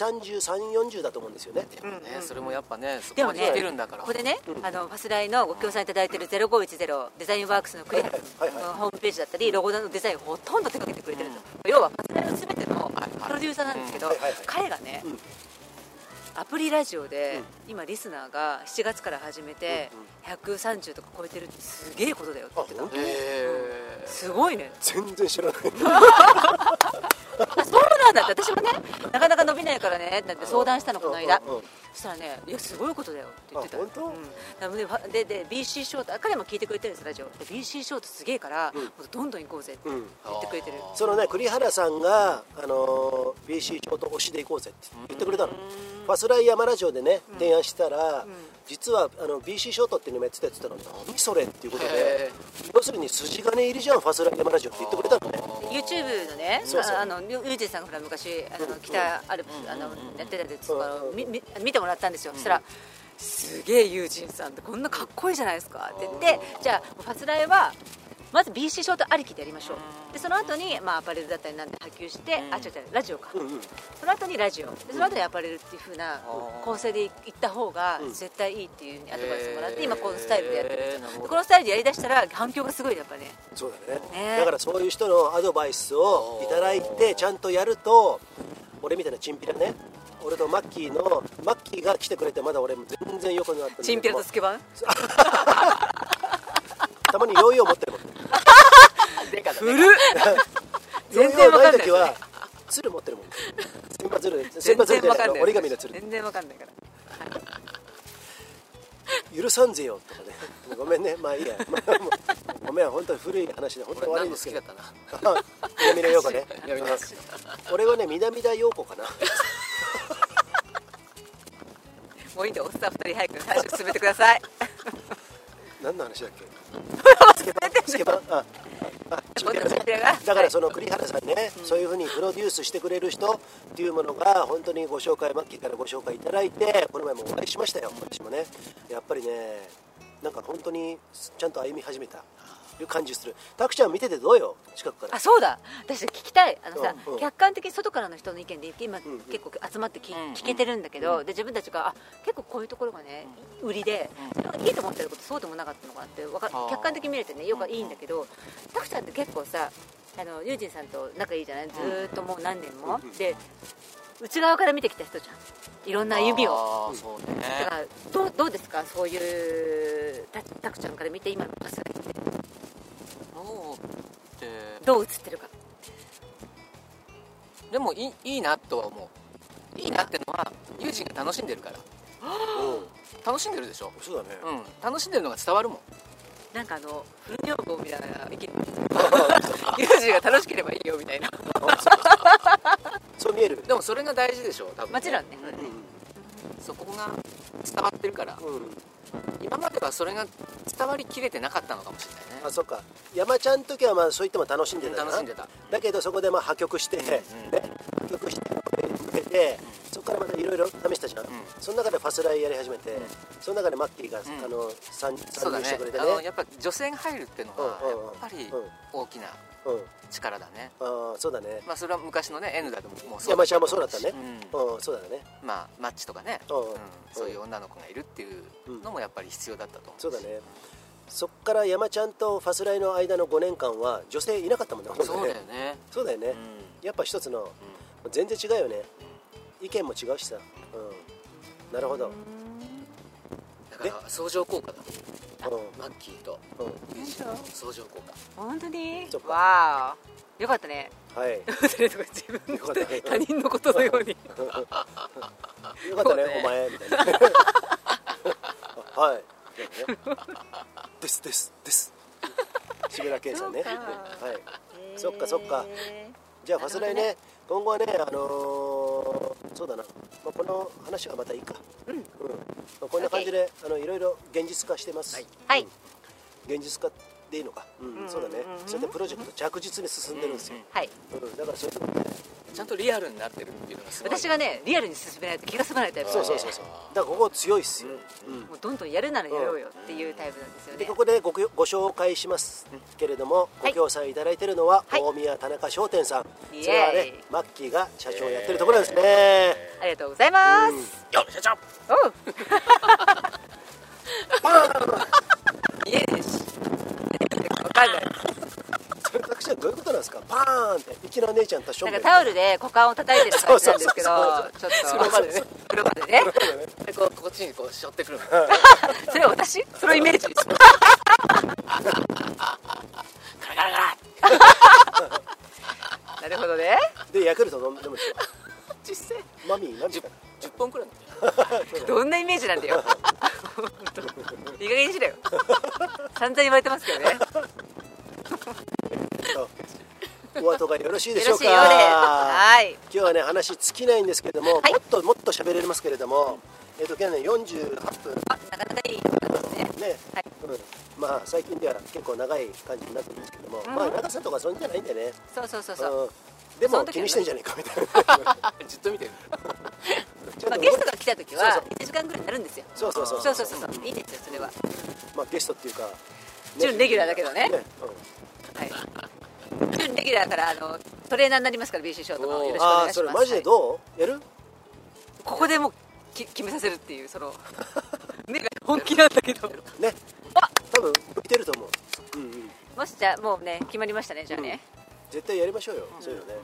1203040だと思うんですよね
でもねそれもやっぱねそ
で
こ
も
まで
ね、
来てるんだから
ここでね、あのファスライのご協賛いただいてる0510デザインワークスのクリアの
はいはいはいはい
ホームページだったりロゴのデザインをほとんど手掛けてくれてると、要はファスライの全てのプロデューサーなんですけど、
はいはいはい
彼がね、
うん
アプリラジオで、今リスナーが7月から始めて130とか超えてるってすげえことだよって言って
あ
た
本
へえ
すごいね
全然知らない
そうんだって私もねなかなか伸びないからねってなって相談したのこの間
うんうんうん
そしたらね「いやすごいことだよ」って言ってた
あ本当
うんだからででで BC ショートあ彼も聞いてくれてるんですラジオで BC ショートすげえから、もうどんどん行こうぜって
うん
言ってくれてる、
あ
そのね栗原さんが、あのー BC ちょうど推しで行こうぜって言ってくれたの、ファスライ山ラジオでね、提案したら、実はあの BC ショートっていうのもやってたって言ったの何それっていうことで
へ
要するに筋金入りじゃんファスライ山ラジオって言ってくれたのね
YouTube のね
そうそう
ああのユージさんがほら昔あの北アルプスあのやってたでつあのみみ見てもらったんですよそしたら「すげえユージさんってこんなかっこいいじゃないですか」って言ってじゃあファスライはまず BC ショートありきでやりましょうでその後にまあアパレルだったりなんで波及してあ違う違うラジオかその後にラジオでその後にアパレルっていう風な構成でいった方が絶対いいっていう風にアドバイスもらって今このスタイルでやってるんです
へーなる
よ
ほ
で
ど
このスタイルでやりだしたら反響がすごいねやっぱね
そうだね
ね
だからそういう人のアドバイスをいただいてちゃんとやると俺みたいなチンピラね俺とマッキーのマッキーが来てくれてまだ俺も全然横になってない
チンピラとスケバン
たまにヨーヨー持ってるもんね
古っ
ヨ
全然
ーヨー
わか
なん
な
い
い
時は鶴持ってるもん先輩鶴先
全
輩
然
鶴じゃ
わ
な
か
いあ
ん
の
ない
折り紙の鶴
全然わかんないから
許さんぜよとかねごめんねまあいいや、まあもうごめん本当に古い話で本 当に悪いんですけど
俺何の好き
あ南田陽 子ね
南田陽子
俺はね南田陽子かな
もういいんでおっさん二人早く話を進めてください
何の話だっけスケバンスケバンああチンピラね
チンピラが
だからその栗原さんね、そういうふうにプロデュースしてくれる人っていうものが本当にご紹介マッキーからご紹介いただいてこの前もお会いしましたよ私もねやっぱりねなんか本当にちゃんと歩み始めたいう感じするタクちゃん見ててどうよ近くから
あそうだ私聞きたいあのさ、
うんうん
客観的に外からの人の意見で今、
んうん
結構集まってき、
うん
聞けてるんだけど、で自分たちがあ結構こういうところがね売りで、それがいいと思ってることそうでもなかったのかなってわか
あー
客観的に見れてねよくいいんだけど、タクちゃんって結構さあのユージンさんと仲いいじゃないずーっともう何年も、で内側から見てきた人じゃんいろんな歩みを。
あーそうね
だからどうどうですかそういうたたくちゃんから見て今のパスが来て
どうって
どう映ってるか
でもいいいいなとは思ういいなってのは友人が楽しんでるから
うん
楽しんでるでしょ
そうだね、
うん楽しんでるのが伝わるもん
なんかあの古女房みたいな意見ユージが楽しければいいよみたいな
そう見える
でもそれが大事でしょ多分ね
もちろんね
そこが伝わってるから
うん、
今まではそれが伝わりきれてなかったのかもしれない
あ
ね
そっか山ちゃんの時はまあそう言っても楽しんでたな
楽しんでた
だけどそこでまあ破局して、ね破局して向けてそこからまたいろいろ試したじゃん、その中でファスライやり始めて、その中でマッキーが、
ん
あの参
そ
参
うだ
入し
ね
てくれてね
あのやっぱ女性が入るってのは
うんうんうん
やっぱり
うん
大きな
うん
力だね
あーそうだね
まあそれは昔のね N だともうそう
山ちゃんもそうだったね
うん
うん、そうだね
まあマッチとかね
うん
うんそういう女の子がいるっていうのもやっぱり必要だったと思う
そうだねそっから山ちゃんとファスライの間の5年間は女性いなかったもんね
そうだよね
そうだよね、
う
やっぱ一つの、全然違うよね意見も違うしさ、うん、なるほど、
だから相乗効果だ
うん
マッキーと
うん、
友人の相乗効果
本当に
そっか
わーよかったね
はい
それとか自分の
よかったね
他人のことのよ うに
よかったね
そうね
お前み たいなはいみたいなねですですです志村けんさんね
そうか
はいそっかそっか
へ
じゃあファスライね今後はねあのーそうだな、まあ、この話はまたいいかうん、まあこんな感じで、あのいろいろ現実化してます、
はい
ーはい
現実化でいいのか、うんそうだね、それでプロジェクト着実に進んでるんですよ、
はい
うんだからそういうとこね
ちゃんとリアルになってるっていうのがすごい
私がねリアルに進めないと気が済まないタイプ
そうそうそうそうだからここ強いっすよ、
もうどんどんやるならやろうよっていうタイプなんですよ
で
ね
ここでごきょご紹介しますけれども、
はい
ご協賛いただいているのは、
はい
大宮田中商店さん
イエーイ
それはねマッキーが社長をやってるところなんですね、
ありがとうございます、
よっ社長
おう
家です
分かんない
それ私はどういうことなんですかパーンっていきなり姉ちゃんと正
なん
面
かタオルで股間を叩いてる感じなんですけど
そう
ちょっと
風呂場でね
風呂場でね
こうこっちにこうしょってくるの
それ私そのイメージ
ガラガラガラ
なるほどね
でヤクルト飲む飲むでし
実際
ょマミー何
10,
か
10本くらい飲んでる
どんなイメージなんだよ本当いい加減にしろよ散々言われてますけどね
お後がよろしいで
よ
しょ
ろ
う
しい
か
ようではい
今日はね話尽きないんですけれども、
はい
もっともっと喋れますけれども、えっ、と現在48分
あなかなかいいことなんですね
ね、
はい
うん、まあ最近では結構長い感じになってるんですけども、
ん
まあ長さとかそんじゃないんでね、
そうそうそうそう、
うん、で
そ
も
の時はね
気にしてんじゃねえかみたいな
じっと見てる
ちょっ
まあ、
と
ゲストが来た時
そ
は
う
1時間ぐらいになるんですよ
そうそうそう
そうそうそうそういいですよそれは
まあゲストっていうか、ね
準レギュラーだけどね
うん
はい 準レギュラーからあのトレーナーになりますから BC ショートのよろしくお
あ
願い
あ
します
それマジでどうやる
はいここでもうき決めさせるっていうそ の目が本気なんだけど
ね
あ
多分向いてると思う、うんうん、
もしじゃあもうね決まりましたねじゃあね、
絶対やりましょうよ、そういうのね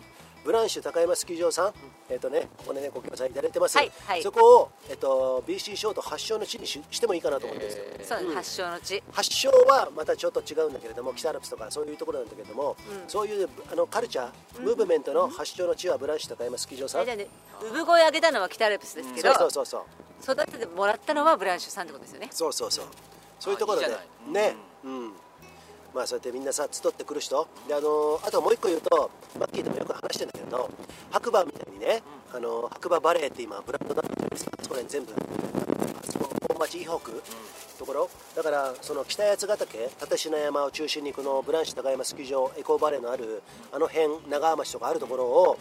ブランシュ高山スキー場さん、えっ、とねここでねご協賛いただいてます、
はいはい
そこを、えっと BC ショート発祥の地にししてもいいかなと思ってるんですよ、
そうなんです発祥の地
発祥はまたちょっと違うんだけれども北アルプスとかそういうところなんだけれども、そういうあのカルチャームーブメントの発祥の地はブランシュ高山スキー場
あ
さん、
れだよね産声あげたのは北アルプスですけど、
そうそうそうそう
育ててもらったのはブランシュさんってことですよね
そうそうそうそういうところで
いいじゃない
ねうんまあそうやってみんなさ集ってくる人であのあともう一個言うとマッキーともよく話してんだけど白馬みたいにね、あの白馬バレーって今ブランドだったじゃないですかそこら辺全部あそこ本町伊北、ところだからその北八ヶ岳立科山を中心にこのブランシュ高山スキー場エコーバレーのあるあの辺長浜市とかあるところを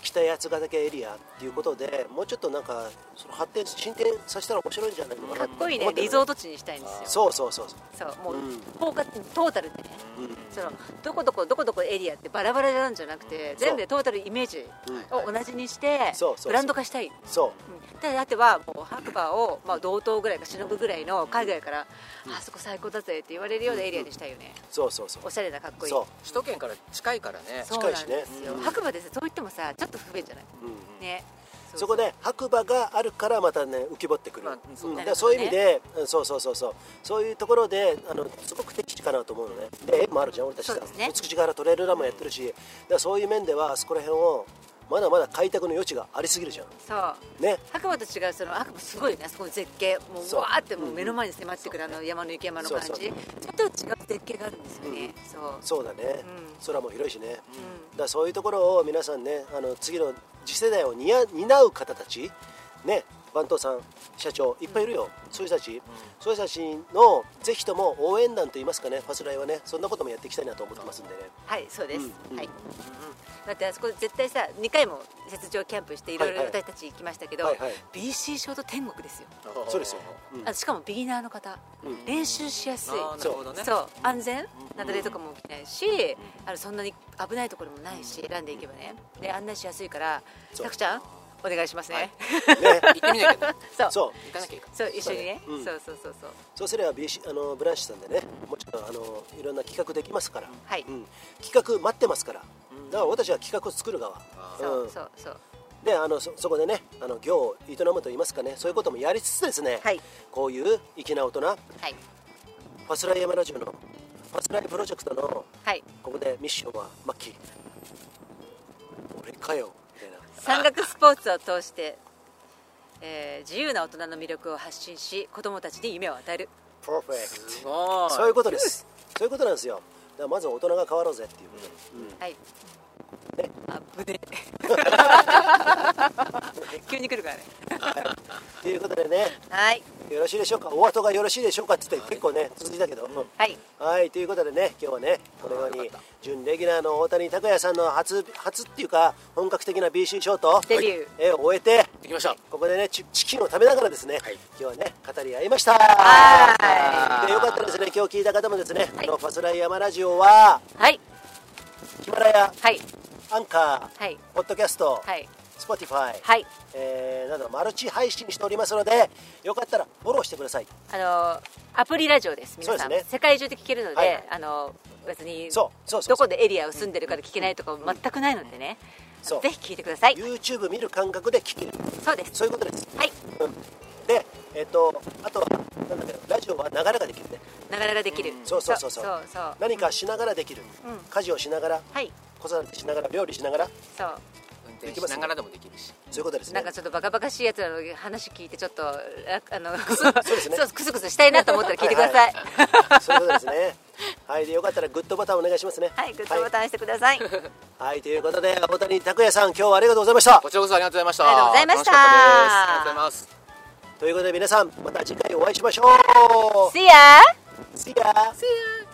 北八ヶ岳エリアっていうことでもうちょっとなんかその発展進展させたら面白いんじゃないのかな
かっこいいね
思ってる
リゾート地にしたいんですよ
そうそうそうそ
そ
う
うもう、
うん
包括トータルでね、
うん
そのどこどこどこどこエリアってバラバラなんじゃなくて、全部でトータルイメージを同じにして、
そうそうそう
ブランド化したい
そう
うんであとはもう白馬を、まあ、同等ぐらいかしのぐぐらいの海外から、あそこ最高だぜって言われるようなエリアにしたいよね、
そうそうそう
おしゃれなかっこいい
そ
首都圏から近いからね
そうなん
近い
で
し
す
ね
よ、
うん
白馬ですそう言ってもさちょっと不便じゃない、
う、うん
ね
そこで白馬があるからまたね浮き彫ってくる、
まあそう
うん
だね
だからそういう意味で、うんそうそうそうそうそういうところであのすごく適地かなと思うのねで縁もあるじゃん俺たちさ
そうですね
美しがらトレールランもやってるしだからそういう面ではあそこら辺をまだまだ開拓の余地がありすぎるじゃん
そう
ね
白馬と違うその白馬すごいねあそこの絶景もう
そう
わーってもう目の前に迫ってくるあの山の雪山の感じ
そう
ち
そ
ょっと違う絶景があるんですよね、そう、
そうだね、
ん
空も広いしね、だか
う
らそういうところを皆さんねあの次の次世代を担う担う方たちね番頭さん社長いっぱいいるよ、そういう人たち、そういう人たちのぜひとも応援団といいますかねファスライはねそんなこともやっていきたいなと思ってますんでね
はいそうです、
うん
はい、
う
だってあそこ絶対さ2回も雪上キャンプしていろいろ
はいはい
私たち行きましたけど、
はいはい
BC ショート天国ですよ、
そうですよ、うん
あしかもビギナーの方、
うん
練習しやすい
あーなるほどね
そう安全なだれとかも起きないし、あのそんなに危ないところもないし選んでいけばねで案内しやすいから
そう
たくちゃんお願いしますね、
はい
ね
行ってみなきゃね
そう
そう
行かなき ゃいいか
そう一緒にね、
うん
そうそうそうそう
そうすれば、BC、あのブランシュさんでねもうちょっとあのいろんな企画できますから、
はい
うん企画待ってますからだから私は企画を作る側、
そううんそうそう
であのそそこでねあの業を営むといいますかねそういうこともやりつつですね、
はい
こういう粋な大人フ
はい
ァスライヤマラジオのファスライプロジェクトの
はい
ここでミッションはマッキー俺かよみたいな
山岳スポーツを通して、えー自由な大人の魅力を発信し子どもたちに夢を与える
パーフェク
すご
トそういうことですそういうことなんですよだからまず大人が変わろうぜっていうこと
はいあぶ ね急に来るからね
ということでね
はい
よろしいでしょうかお後がよろしいでしょうかって言って結構ね続いたけど、
はい
はい、ということでね、今日はね、このように準レギュラーの大谷拓也さんの初初っていうか本格的な BC ショート
デビュー
え終えて、
行きましょう
ここでねチチキンを食べながらですね、今日はね語り合いました。
は
でよかったですね、今日聞いた方もですね、このファスライヤマラジオは
はい
ヒマラヤ、
はい
アンカー、
はい
ポッドキャスト、
はい
スポティファイ、
はい
えーなどマルチ配信しておりますので、よかったらフォローしてください。
あのアプリラジオです皆さ、
そうんですね
世界中で聞けるので、
はい
あの別に
そうそうそうそ
どこ
う
でエリアを住んでるかで聞けないとかも全くないのでね、
そう
ぜひ聞いてください
YouTube 見る感覚で聞ける、
そうです
そういうことです。
はい
うんで、えっとあとはなんだっけラジオはながらができるね
なかなかできる、
そうそうそうそう
そうそう
何かしながらできる、
うん
家事をしながら
はい
子育てしながら料理しながら
そう
運転しながらでもできるし
そういうことですね
なんかちょっとバカバカしいやつらの話聞いてちょっとああの
そうですね
そうクスクスしたいなと思ったら聞いてください
はそういうこと ですねはいでよかったらグッドボタンお願いしますね
はい、グッドボタン押してください。あり
はい、はいということで大谷拓也さん今日はありがとうございました
こちらこそありがとうございました
ありがとうございました
楽しかったですありがとうございます
ということで皆さんまた次回お会いしましょう
See ya!
See ya!
See ya